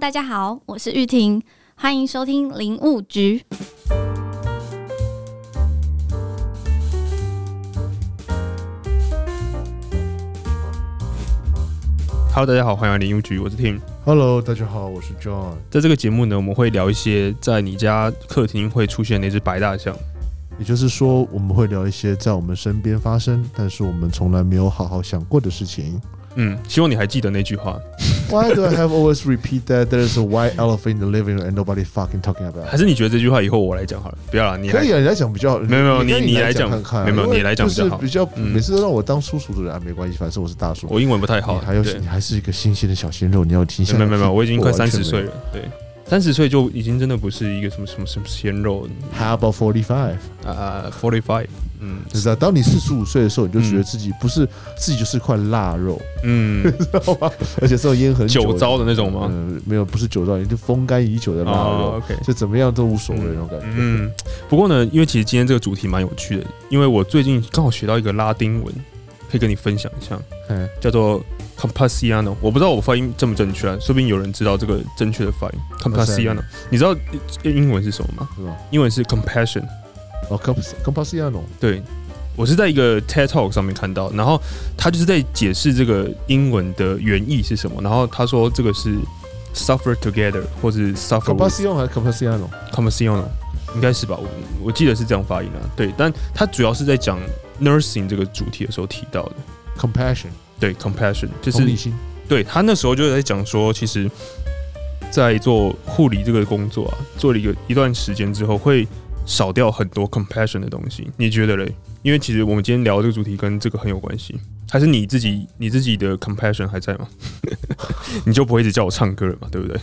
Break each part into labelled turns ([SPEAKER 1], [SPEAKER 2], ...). [SPEAKER 1] 大家好，我是玉婷，欢迎收听灵物局。
[SPEAKER 2] Hello，大家好，欢迎来林务局，我是 Tim。
[SPEAKER 3] Hello，大家好，我是 John。
[SPEAKER 2] 在这个节目呢，我们会聊一些在你家客厅会出现的那只白大象。
[SPEAKER 3] 也就是说，我们会聊一些在我们身边发生，但是我们从来没有好好想过的事情。
[SPEAKER 2] 嗯，希望你还记得那句话，
[SPEAKER 3] Why do I have always repeat that there is a white elephant in the living room and nobody fucking talking
[SPEAKER 2] 还
[SPEAKER 3] about？it？
[SPEAKER 2] 是你觉得这句话以后我来讲好了？不要啦，你
[SPEAKER 3] 可
[SPEAKER 2] 来
[SPEAKER 3] 以啊，你来讲比较，
[SPEAKER 2] 没有没有
[SPEAKER 3] 你可以
[SPEAKER 2] 你你来
[SPEAKER 3] 来
[SPEAKER 2] 讲
[SPEAKER 3] 看看啊，
[SPEAKER 2] 没有没有
[SPEAKER 3] 因为
[SPEAKER 2] 你来讲
[SPEAKER 3] 就
[SPEAKER 2] 比较
[SPEAKER 3] 是
[SPEAKER 2] 好
[SPEAKER 3] 比较
[SPEAKER 2] 嗯
[SPEAKER 3] 每次都让我当叔叔的人啊，没关系，反正我是大叔。
[SPEAKER 2] 我英文不太好，
[SPEAKER 3] 你还有
[SPEAKER 2] 对
[SPEAKER 3] 你还是一个新鲜的小鲜肉，你要停下
[SPEAKER 2] 没
[SPEAKER 3] 来。
[SPEAKER 2] 有没有没有，我已经快
[SPEAKER 3] 我完
[SPEAKER 2] 三
[SPEAKER 3] 全
[SPEAKER 2] 十岁
[SPEAKER 3] 没
[SPEAKER 2] 了，对，三十岁就已经真的不是一个什么什么什么鲜肉
[SPEAKER 3] How about forty five？
[SPEAKER 2] 啊，forty five，嗯
[SPEAKER 3] 就是啊，当你四十五岁的时候，你就觉得
[SPEAKER 2] 嗯
[SPEAKER 3] 自己不是自己就是块腊肉，
[SPEAKER 2] 嗯，
[SPEAKER 3] 知道吗？而且这种腌很久
[SPEAKER 2] 酒
[SPEAKER 3] 了
[SPEAKER 2] 糟的那种吗？
[SPEAKER 3] 嗯，没有，不是酒糟，就风干已久的腊
[SPEAKER 2] 哦
[SPEAKER 3] 肉，
[SPEAKER 2] ，OK，
[SPEAKER 3] 就怎么样都无所谓那种感觉。
[SPEAKER 2] 嗯，不过呢，因为其实今天这个主题蛮有趣的，因为我最近刚好学到一个拉丁文，可以跟你分享一下。
[SPEAKER 3] 嗯，
[SPEAKER 2] 叫做 Compasiano，我不知道我发音正不正确、啊，说不定有人知道这个正确的发音 Compasiano。你知道英文是什么吗？
[SPEAKER 3] 是吧？
[SPEAKER 2] 英文是 compassion。
[SPEAKER 3] 哦，compas compasiano，
[SPEAKER 2] 对，我是在一个 TED Talk 上面看到，然后他就是在解释这个英文的原意是什么，然后他说这个是 suffer together 或是 suffer with
[SPEAKER 3] compasiano 还是 compasiano？
[SPEAKER 2] Compasiano，应该是吧？我我记得是这样发音啊。对，但他主要是在讲 nursing 这个主题的时候提到的。
[SPEAKER 3] compassion，
[SPEAKER 2] 对，compassion 就是
[SPEAKER 3] 同理心。
[SPEAKER 2] 对他那时候就在讲说，其实，在做护理这个工作啊，做了一个一段时间之后，会少掉很多 compassion 的东西。你觉得嘞？因为其实我们今天聊这个主题跟这个很有关系，还是你自己你自己的 compassion 还在吗？ 你就不会一直叫我唱歌了嘛，对不对？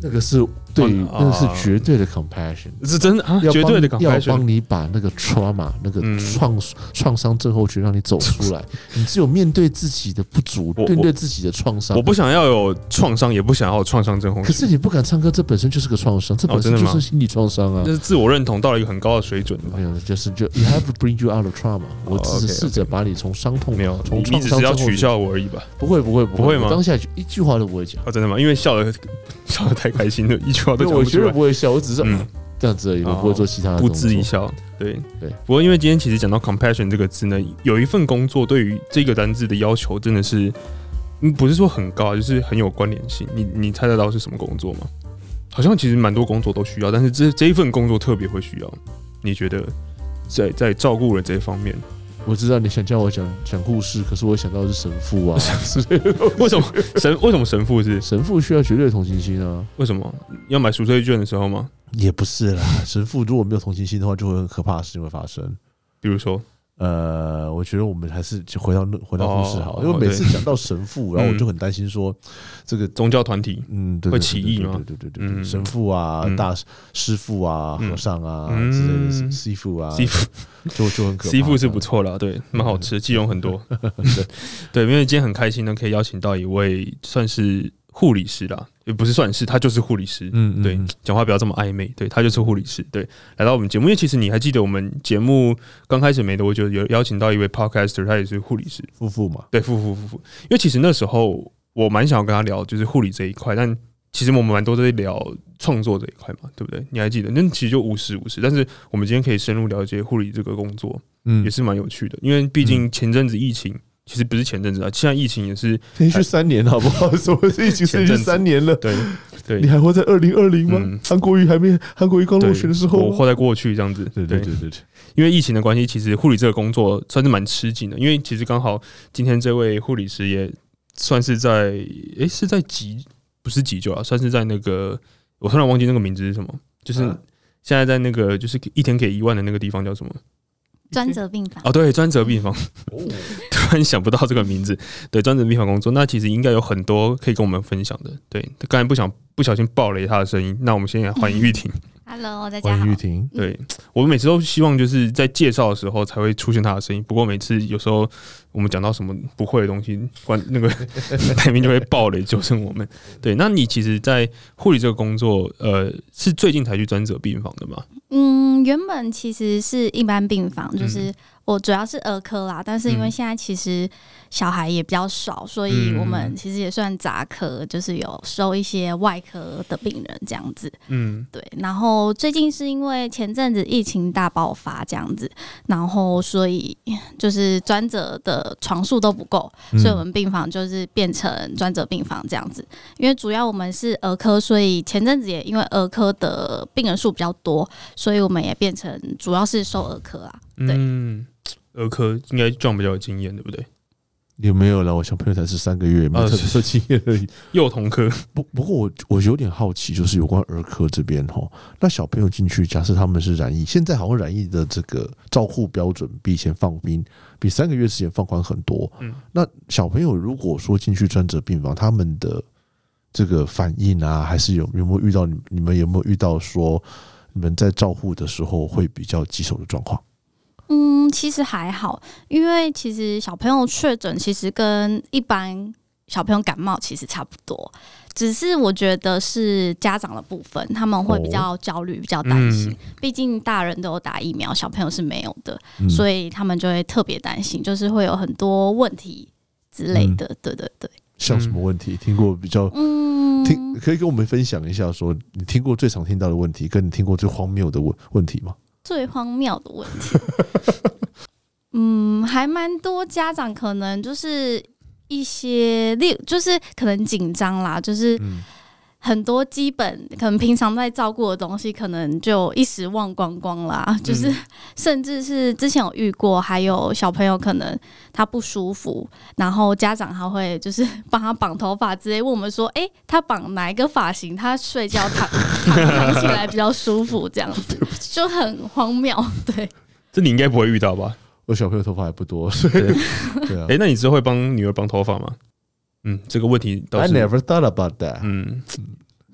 [SPEAKER 3] 那个是对于，
[SPEAKER 2] 哦
[SPEAKER 3] 那个是绝对的 compassion，
[SPEAKER 2] 是真的啊，
[SPEAKER 3] 要
[SPEAKER 2] 绝对的
[SPEAKER 3] 帮要
[SPEAKER 2] compassion。
[SPEAKER 3] 帮你把那个 trauma 那个
[SPEAKER 2] 嗯
[SPEAKER 3] 创创伤症候群让你走 出来。你只有面对自己的不足，
[SPEAKER 2] 我我
[SPEAKER 3] 面对自己的创伤
[SPEAKER 2] 我。不想要有创伤，也不想要有创伤症候
[SPEAKER 3] 可是
[SPEAKER 2] 群，
[SPEAKER 3] 你不敢唱歌，这本身就是个创伤，这本身
[SPEAKER 2] 哦真的
[SPEAKER 3] 就
[SPEAKER 2] 吗
[SPEAKER 3] 是心理创伤啊。
[SPEAKER 2] 就是自我认同到了一个很高的水准了吧
[SPEAKER 3] 没有，哎就是就 you have to bring you out of trauma。我只
[SPEAKER 2] OK，OK
[SPEAKER 3] 是试着把你从伤痛
[SPEAKER 2] 没有，你
[SPEAKER 3] 从
[SPEAKER 2] 你
[SPEAKER 3] 创
[SPEAKER 2] 只
[SPEAKER 3] 伤
[SPEAKER 2] 是要
[SPEAKER 3] 症候
[SPEAKER 2] 取
[SPEAKER 3] 群
[SPEAKER 2] 笑我而已吧？
[SPEAKER 3] 不会不会不
[SPEAKER 2] 不会吗
[SPEAKER 3] 我当下就一句话都不会讲，
[SPEAKER 2] 啊，真的吗？因为笑的 笑的太开心了，一句话都
[SPEAKER 3] 对，
[SPEAKER 2] 讲
[SPEAKER 3] 我
[SPEAKER 2] 不出
[SPEAKER 3] 绝
[SPEAKER 2] 来
[SPEAKER 3] 对。不会笑，我只是
[SPEAKER 2] 嗯
[SPEAKER 3] 这样子而已，我不会做其他的
[SPEAKER 2] 不
[SPEAKER 3] 动
[SPEAKER 2] 自一
[SPEAKER 3] 作。
[SPEAKER 2] 笑。对
[SPEAKER 3] 对
[SPEAKER 2] 不过因为今天其实讲到 compassion 这个字呢，有一份工作对于这个单字的要求真的是，嗯，不是说很高啊，就是很有关联性。你你猜得到是什么工作吗？好像其实蛮多工作都需要，但是这这一份工作特别会需要。你觉得在在照顾人这一方 面，
[SPEAKER 3] 我知道你想叫我讲讲故事，可是我想到的是神父 啊，
[SPEAKER 2] 为什么神为什么神父是
[SPEAKER 3] 神父需要绝对的同情心啊，
[SPEAKER 2] 为什么要买赎罪券的时候吗？
[SPEAKER 3] 也不是啦， 神父如果没有同情心的话，就会很可怕的事情会发生。
[SPEAKER 2] 比如说，
[SPEAKER 3] 呃，我觉得我们还是就回到那回到
[SPEAKER 2] 哦
[SPEAKER 3] 故事好了，
[SPEAKER 2] 哦
[SPEAKER 3] 因为每
[SPEAKER 2] 对
[SPEAKER 3] 次讲到神父，然后
[SPEAKER 2] 嗯
[SPEAKER 3] 我就很担心说这个
[SPEAKER 2] 宗教团体，
[SPEAKER 3] 嗯，对，
[SPEAKER 2] 会
[SPEAKER 3] 对
[SPEAKER 2] 起
[SPEAKER 3] 对
[SPEAKER 2] 义
[SPEAKER 3] 对
[SPEAKER 2] 吗
[SPEAKER 3] 对对对对，
[SPEAKER 2] 嗯
[SPEAKER 3] 神父啊
[SPEAKER 2] 嗯，
[SPEAKER 3] 大师傅啊，
[SPEAKER 2] 嗯
[SPEAKER 3] 和尚啊
[SPEAKER 2] 嗯
[SPEAKER 3] 之类的师，师傅啊，
[SPEAKER 2] 西服
[SPEAKER 3] 就就很可怕。
[SPEAKER 2] 西富是不，错啦，对，蛮好吃，鸡茸很 多。对，因为今天很开心呢，可以邀请到一位算是护理师啦，也不是算是，他就是护理师。
[SPEAKER 3] 嗯，嗯
[SPEAKER 2] 对
[SPEAKER 3] 嗯，
[SPEAKER 2] 讲话不要这么暧昧。对他就是护理师，对，来到我们节目，因为其实你还记得我们节目刚开始没多久有邀请到一位 podcaster，他也是护理师，
[SPEAKER 3] 夫妇嘛，
[SPEAKER 2] 对，夫妇夫妇。因为其实那时候我蛮想要跟他聊就是护理这一块，但其实我们蛮多都在聊创作这一块嘛，对不对？你还记得？那其实就五十五十，但是我们今天可以深入了解护理这个工作。
[SPEAKER 3] 嗯
[SPEAKER 2] 也，是蛮有趣的，因为毕竟前阵子疫情，其实不是前阵子啊，现在疫情也是
[SPEAKER 3] 连续三年好不好？什么事已经连续三年了？
[SPEAKER 2] 对 对
[SPEAKER 3] 你还活在二零二零
[SPEAKER 2] 嗯
[SPEAKER 3] 吗？韩国瑜还没韩国瑜刚
[SPEAKER 2] 对，
[SPEAKER 3] 落选的时候
[SPEAKER 2] 我
[SPEAKER 3] 吗，
[SPEAKER 2] 活在过去这样子，
[SPEAKER 3] 对对对对对，
[SPEAKER 2] 因为疫情的关系，其实护理这个工作算是蛮吃紧的，因为其实刚好今天这位护理师也算是在诶、是在急不是急救啊，算是在那个我突然忘记那个名字是什么，就是
[SPEAKER 3] 啊
[SPEAKER 2] 现在在那个就是一天给一万的那个地方叫什么？
[SPEAKER 1] 专责病房
[SPEAKER 2] 哦，对，专责病房， 突然想不到这个名字。对，专责病房工作，那其实应该有很多可以跟我们分享的。对，刚才不想不小心爆雷他的声音，那我们先来欢迎玉婷。
[SPEAKER 1] ，Hello，大家
[SPEAKER 3] 欢
[SPEAKER 1] 好
[SPEAKER 3] 迎。玉婷，
[SPEAKER 2] 对我们每次都希望就是在介绍的时候才会出现他的声音，不过每次有时候我们讲到什么不会的东西，关那个台面就会爆雷纠正我们。对，那你其实，在护理这个工作，呃，是最近才去专责病房的吗？
[SPEAKER 1] 嗯，原本其实是一般病房，就是我主要是儿科啦，但是因为
[SPEAKER 2] 嗯
[SPEAKER 1] 现在其实小孩也比较少，所以我们其实也算杂科，就是有收一些外科的病人这样子。
[SPEAKER 2] 嗯
[SPEAKER 1] 对，然后最近是因为前阵子疫情大爆发这样子，然后所以就是专责的床数都不够，
[SPEAKER 3] 嗯
[SPEAKER 1] 所以我们病房就是变成专责病房这样子。因为主要我们是儿科，所以前阵子也因为儿科的病人数比较多，所以我们也变成主要是收儿科啊。对
[SPEAKER 2] 嗯，儿科应该这样比较有经验，对不对？
[SPEAKER 3] 有没有了？我小朋友才十三个月，没有
[SPEAKER 2] 呃
[SPEAKER 3] 特别受经验而已。
[SPEAKER 2] 幼童科，
[SPEAKER 3] 不不过我我有点好奇，就是有关儿科这边哈，那小朋友进去，假设他们是染疫，现在好像染疫的这个照护标准比以前放冰，比三个月之前放宽很多。
[SPEAKER 2] 嗯，
[SPEAKER 3] 那小朋友如果说进去专责病房，他们的这个反应啊，还是有有没有遇到你你们有没有遇到说你们在照护的时候会比较棘手的状况？
[SPEAKER 1] 嗯，其实还好，因为其实小朋友确诊其实跟一般小朋友感冒其实差不多，只是我觉得是家长的部分，他们会比较焦虑、比较担心
[SPEAKER 2] 嗯。
[SPEAKER 1] 毕竟大人都有打疫苗，小朋友是没有的，
[SPEAKER 3] 嗯
[SPEAKER 1] 所以他们就会特别担心，就是会有很多问题之类的。对对对，
[SPEAKER 3] 像什么问题？听过比较
[SPEAKER 1] 嗯，
[SPEAKER 3] 听可以跟我们分享一下，说你听过最常听到的问题，跟你听过最荒谬的问问题吗？
[SPEAKER 1] 最荒谬的问题。 嗯，还蛮多家长可能就是一些，例就是可能紧张啦，就是
[SPEAKER 3] 嗯
[SPEAKER 1] 很多基本可能平常在照顾的东西，可能就一时忘光光啦。就是甚至是之前有遇过，还有小朋友可能他不舒服，然后家长还会就是 帮他绑头发，直接问我们说：“哎、他绑哪一个发型？他睡觉躺躺躺起来比较舒服，这样子就很荒谬。” 对，
[SPEAKER 2] 这你应该不会遇到吧？
[SPEAKER 3] 我小朋友头发还不多，所以对啊
[SPEAKER 2] 诶，那你之后会帮女儿绑头发吗？嗯，这个问题倒
[SPEAKER 3] ，I
[SPEAKER 2] 是，
[SPEAKER 3] never thought about that。
[SPEAKER 2] 嗯，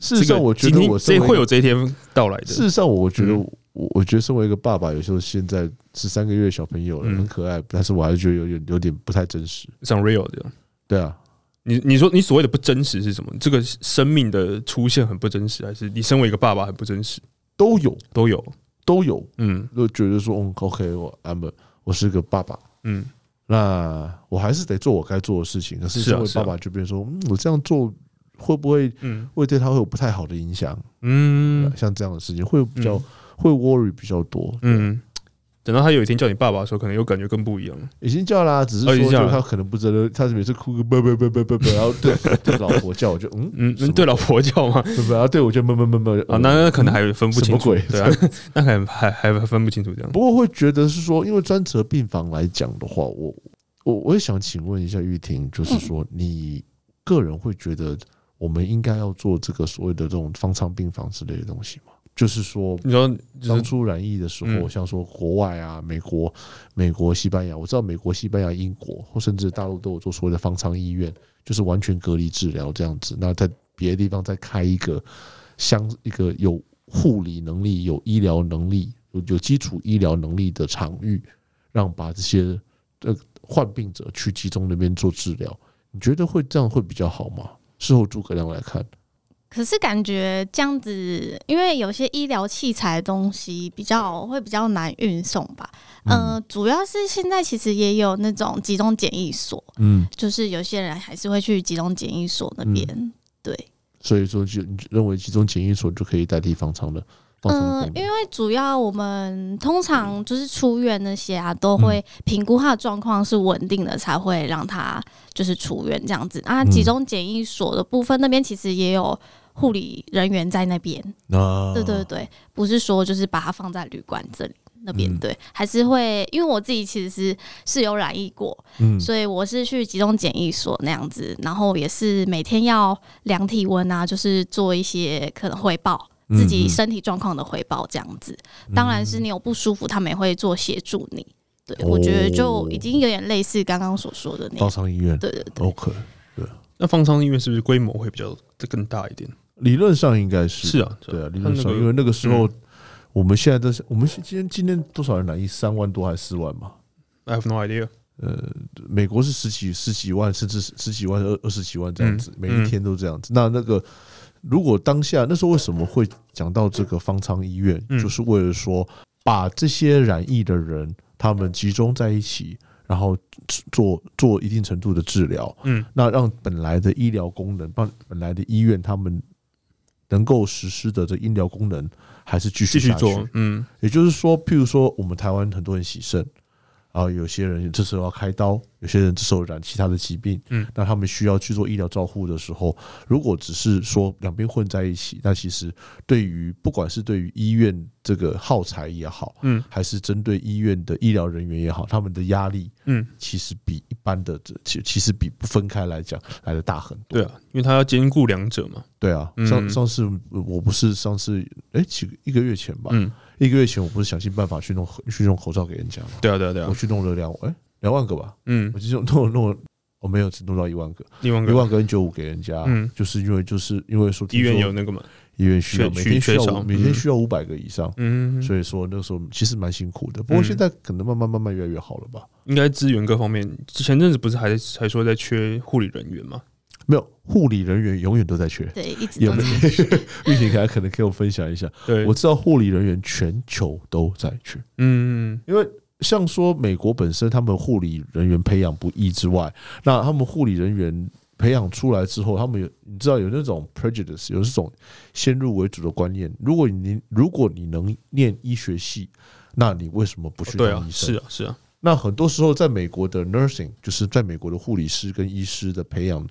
[SPEAKER 3] 事实
[SPEAKER 2] 这个
[SPEAKER 3] 上，我觉
[SPEAKER 2] 今
[SPEAKER 3] 得
[SPEAKER 2] 天
[SPEAKER 3] 我
[SPEAKER 2] 这
[SPEAKER 3] 身为
[SPEAKER 2] 会有这一天到来
[SPEAKER 3] 事
[SPEAKER 2] 的。
[SPEAKER 3] 实上，我觉得
[SPEAKER 2] 嗯
[SPEAKER 3] 我我觉得身为一个爸爸，有时候现在十三个月小朋友了，
[SPEAKER 2] 嗯
[SPEAKER 3] 很可爱，但是我还是觉得有点有点不太真实。
[SPEAKER 2] 像 real 这样，
[SPEAKER 3] 对啊，
[SPEAKER 2] 你你说你所谓的不真实是什么？这个生命的出现很不真实，还是你身为一个爸爸很不真实？
[SPEAKER 3] 都有
[SPEAKER 2] 都有，
[SPEAKER 3] 都有，
[SPEAKER 2] 嗯
[SPEAKER 3] 都觉得说，嗯，OK，我 I'm a- 我是个爸爸，
[SPEAKER 2] 嗯，
[SPEAKER 3] 那我还是得做我该做的事情。可是
[SPEAKER 2] 是啊
[SPEAKER 3] 身为
[SPEAKER 2] 是
[SPEAKER 3] 爸
[SPEAKER 2] 啊
[SPEAKER 3] 爸就变成说，嗯，我这样做会不会
[SPEAKER 2] 嗯
[SPEAKER 3] 会对他会有不太好的影响？
[SPEAKER 2] 嗯
[SPEAKER 3] 像这样的事情会比较
[SPEAKER 2] 嗯
[SPEAKER 3] 会 worry 比较多。
[SPEAKER 2] 嗯，等到他有一天叫你爸爸的时候，可能又感觉更不一样了。
[SPEAKER 3] 已经叫啦，只是
[SPEAKER 2] 哦已经
[SPEAKER 3] 说
[SPEAKER 2] 叫
[SPEAKER 3] 就
[SPEAKER 2] 了
[SPEAKER 3] 他可能不知道，他每次哭个啵啵啵啵啵啵，然后 对对老婆叫，我就嗯
[SPEAKER 2] 嗯，嗯
[SPEAKER 3] 什么
[SPEAKER 2] 对老婆叫吗？
[SPEAKER 3] 对不？然后对我就啵啵啵呃啵
[SPEAKER 2] 啊，那那可能还分不清
[SPEAKER 3] 什
[SPEAKER 2] 楚
[SPEAKER 3] 么鬼，
[SPEAKER 2] 对啊，那还还还分不清楚这样。
[SPEAKER 3] 不过会觉得是说，因为专责病房来讲的话，我我我也想请问一下玉婷，就是说你个人会觉得我们应该要做这个所谓的这种方舱病房之类的东西吗？就是说，
[SPEAKER 2] 你说就
[SPEAKER 3] 当
[SPEAKER 2] 是
[SPEAKER 3] 初染疫的时候，
[SPEAKER 2] 嗯
[SPEAKER 3] 像说国外啊，美国、美国、西班牙，我知道美国、西班牙、英国，或甚至大陆都有做所谓的方舱医院，就是完全隔离治疗这样子。那在别的地方再开一个相一个有护理能力、有医疗能力、有有基础医疗能力的场域，让把这些呃患病者去集中那边做治疗。你觉得会这样会比较好吗？事后诸葛亮来看，
[SPEAKER 1] 可是感觉这样子，因为有些医疗器材的东西比较会比较难运送吧。嗯、呃，主要是现在其实也有那种集中检疫所，
[SPEAKER 3] 嗯，
[SPEAKER 1] 就是有些人还是会去集中检疫所那边。对，
[SPEAKER 3] 所以说就你认为集中检疫所就可以代替方舱的方舱的
[SPEAKER 1] 嗯、
[SPEAKER 3] 功能
[SPEAKER 1] 因为主要我们通常就是出院那些啊，都会评估他的状况是稳定的，才会让他就是出院这样子。啊，
[SPEAKER 3] 嗯
[SPEAKER 1] 集中检疫所的部分那边其实也有护理人员在那边，
[SPEAKER 3] 啊，
[SPEAKER 1] 对对对，不是说就是把它放在旅馆这里那边，
[SPEAKER 3] 嗯
[SPEAKER 1] 对，还是会因为我自己其实是是有染疫过，
[SPEAKER 3] 嗯
[SPEAKER 1] 所以我是去集中检疫所那样子，然后也是每天要量体温啊，就是做一些可能汇报。
[SPEAKER 3] 嗯
[SPEAKER 1] 自己身体状况的汇报这样子，当然是你有不舒服，他们也会做协助你。对，
[SPEAKER 3] 哦
[SPEAKER 1] 我觉得就已经有点类似刚刚所说的那
[SPEAKER 3] 方
[SPEAKER 1] 样。
[SPEAKER 3] 舱医院
[SPEAKER 1] 对对对，
[SPEAKER 3] ，OK，
[SPEAKER 2] 那方舱医院是不是规模会比较更大一点？
[SPEAKER 3] 理论上应该是
[SPEAKER 2] 是啊，
[SPEAKER 3] 对啊，理
[SPEAKER 2] 它
[SPEAKER 3] 论
[SPEAKER 2] 那
[SPEAKER 3] 上，
[SPEAKER 2] 个
[SPEAKER 3] 因为那个时嗯候我们现在都是我们今天今天多少人来？一三万多还是四万嘛？
[SPEAKER 2] I have no idea。
[SPEAKER 3] 呃，美国是十几十几万，甚至十十几万、二二十几万这样子，
[SPEAKER 2] 嗯
[SPEAKER 3] 每一天都这样子。那那个如果当下那时候为什么会讲到这个方舱医院，
[SPEAKER 2] 嗯
[SPEAKER 3] 就是为了说把这些染疫的人他们集中在一起，然后做做一定程度的治疗，
[SPEAKER 2] 嗯，
[SPEAKER 3] 那让本来的医疗功能，让本来的医院他们能够实施的这医疗功能还是继
[SPEAKER 2] 继
[SPEAKER 3] 续
[SPEAKER 2] 续
[SPEAKER 3] 下去
[SPEAKER 2] 做，嗯
[SPEAKER 3] 也就是说，譬如说，我们台湾很多人洗肾，然后有些人这时候要开刀，有些人这时候染其他的疾病，
[SPEAKER 2] 嗯，
[SPEAKER 3] 那他们需要去做医疗照护的时候，如果只是说两边混在一起，那其实对于不管是对于医院这个耗材也好，
[SPEAKER 2] 嗯
[SPEAKER 3] 还是针对医院的医疗人员也好，他们的压力
[SPEAKER 2] 嗯，
[SPEAKER 3] 其实比一般的这其其实比不分开来讲来的大很多。
[SPEAKER 2] 对啊，因为他要兼顾两者嘛，
[SPEAKER 3] 对啊，
[SPEAKER 2] 嗯
[SPEAKER 3] 上上次我不是上次哎几个一个月前吧，
[SPEAKER 2] 嗯，
[SPEAKER 3] 一个月前我不是想尽办法去弄去弄口罩给人家吗？
[SPEAKER 2] 对啊对啊对啊
[SPEAKER 3] 我，去弄了两哎两万个吧，
[SPEAKER 2] 嗯
[SPEAKER 3] 我，就弄了弄了，我没有只弄到一万个，
[SPEAKER 2] 另外一
[SPEAKER 3] 一
[SPEAKER 2] 个
[SPEAKER 3] 万个 N 九五给人家，
[SPEAKER 2] 嗯
[SPEAKER 3] 就是因为就是因为说
[SPEAKER 2] 医
[SPEAKER 3] 听说
[SPEAKER 2] 院有那个嘛，
[SPEAKER 3] 医院需要
[SPEAKER 2] 缺
[SPEAKER 3] 每天需
[SPEAKER 2] 缺
[SPEAKER 3] 要
[SPEAKER 2] 少
[SPEAKER 3] 五每天
[SPEAKER 2] 嗯
[SPEAKER 3] 需要五百个以上，
[SPEAKER 2] 嗯，
[SPEAKER 3] 所以说那个时候其实蛮辛苦的，不过现在可能慢慢慢慢越来越好了吧？
[SPEAKER 2] 应该资源各方面，前阵子不是还还说在缺护理人员嘛，
[SPEAKER 3] 没有护理人员永远都在缺，
[SPEAKER 1] 对，一直
[SPEAKER 3] 有
[SPEAKER 1] 都
[SPEAKER 3] 没
[SPEAKER 1] 在
[SPEAKER 3] 有？ 玉婷可可能给我分享一下，
[SPEAKER 2] 对，
[SPEAKER 3] 我知道护理人员全球都在缺。
[SPEAKER 2] 嗯
[SPEAKER 3] 因为像说美国本身他们护理人员培养不易之外，那他们护理人员培养出来之后，他们有你知道有那种 prejudice，有这种先入为主的观念。如果你如果你能念医学系，那你为什么不去
[SPEAKER 2] 对啊
[SPEAKER 3] 当医生？
[SPEAKER 2] 是啊是啊，
[SPEAKER 3] 那很多时候在美国的 nursing，就是在美国的护理师跟医师的培养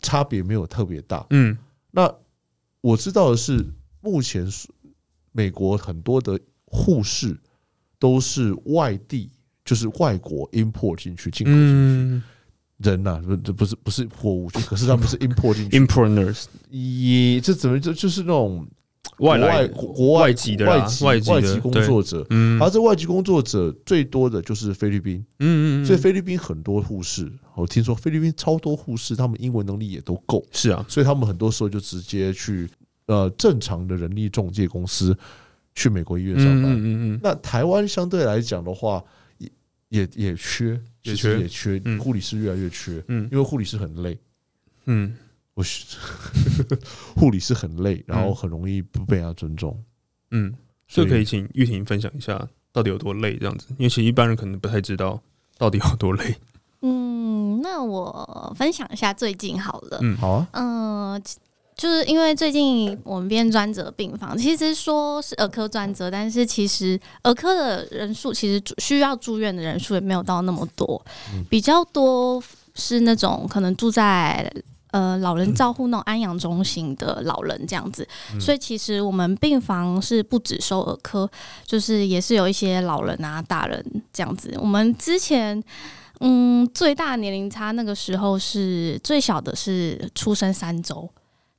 [SPEAKER 3] 差别没有特别大。
[SPEAKER 2] 嗯
[SPEAKER 3] 那我知道的是，目前美国很多的护士都是外地，就是外国 import 进去进口进去、
[SPEAKER 2] 嗯
[SPEAKER 3] 人呐、不这不是不是货物，就可是 他们是 import 进去，
[SPEAKER 2] ，impreneurs
[SPEAKER 3] 也这怎么就就是那种
[SPEAKER 2] 外来
[SPEAKER 3] 国国国外
[SPEAKER 2] 外籍的啦
[SPEAKER 3] 外籍
[SPEAKER 2] 外籍的
[SPEAKER 3] 外籍工作者。
[SPEAKER 2] 嗯
[SPEAKER 3] 而这外籍工作者最多的就是菲律宾，
[SPEAKER 2] 嗯嗯，
[SPEAKER 3] 所以菲律宾很多护士，我听说菲律宾超多护士，他们英文能力也都够，
[SPEAKER 2] 是啊，
[SPEAKER 3] 所以他们很多时候就直接去呃正常的人力中介公司去美国医院上
[SPEAKER 2] 嗯
[SPEAKER 3] 班。
[SPEAKER 2] 嗯嗯嗯，
[SPEAKER 3] 那台湾相对来讲的话，也也也缺，
[SPEAKER 2] 也
[SPEAKER 3] 其
[SPEAKER 2] 缺
[SPEAKER 3] 实也缺
[SPEAKER 2] 嗯，
[SPEAKER 3] 护理师越来越缺，
[SPEAKER 2] 嗯
[SPEAKER 3] 因为护理师很累，
[SPEAKER 2] 嗯
[SPEAKER 3] 我是 护理师很累，然后很容易不被人家尊重，
[SPEAKER 2] 嗯，所
[SPEAKER 3] 所
[SPEAKER 2] 以
[SPEAKER 3] 以
[SPEAKER 2] 可以请玉婷分享一下到底有多累这样子，因为其实一般人可能不太知道到底有多累，
[SPEAKER 1] 嗯，那我分享一下最近好了。
[SPEAKER 2] 嗯
[SPEAKER 3] 好啊，
[SPEAKER 1] 嗯、其就是因为最近我们编专责病房，其实说是儿科专责，但是其实儿科的人数其实住需要住院的人数也没有到那么多，比较多是那种可能住在。呃，老人照护那种安养中心的老人这样子，所以其实我们病房是不只收儿科，就是也是有一些老人啊、大人这样子。我们之前嗯，最大年龄差那个时候是最小的是出生三周，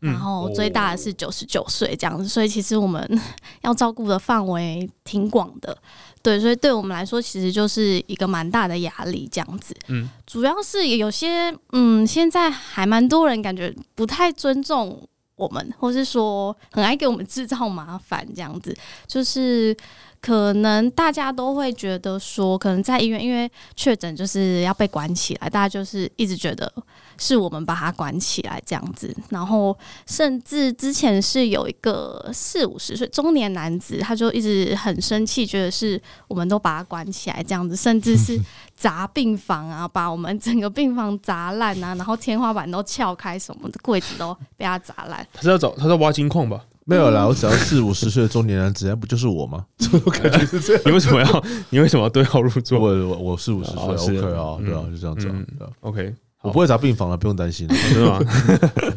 [SPEAKER 2] 嗯哦
[SPEAKER 1] 然后最大的是九十九岁这样子，所以其实我们 要照顾的范围挺广的，对，所以对我们来说其实就是一个蛮大的压力这样子。
[SPEAKER 2] 嗯，
[SPEAKER 1] 主要是有些嗯，现在还蛮多人感觉不太尊重。我们，或是说很爱给我们制造麻烦，这样子，就是可能大家都会觉得说，可能在医院，因为确诊就是要被关起来，大家就是一直觉得是我们把它关起来这样子。然后甚至之前是有一个四五十岁中年男子，他就一直很生气，觉得是我们都把它关起来这样子，甚至是砸病房啊，把我们整个病房砸烂啊，然后天花板都撬开，什么的柜子都被他砸烂。
[SPEAKER 2] 他是要找他是要挖金矿 吧？
[SPEAKER 3] 没有啦，我只要四五十岁的中年人，只要不就是我 吗？
[SPEAKER 2] 你为什么要你为什么要对号入
[SPEAKER 3] 我
[SPEAKER 2] 座
[SPEAKER 3] 我我四五十
[SPEAKER 2] 哦是
[SPEAKER 3] 岁 OK 啊，对啊，
[SPEAKER 2] 嗯
[SPEAKER 3] 就这样子啊
[SPEAKER 2] 嗯，
[SPEAKER 3] 对啊
[SPEAKER 2] ？OK，好
[SPEAKER 3] 我不会砸病房啊了，不用担心了。
[SPEAKER 2] 真的吗？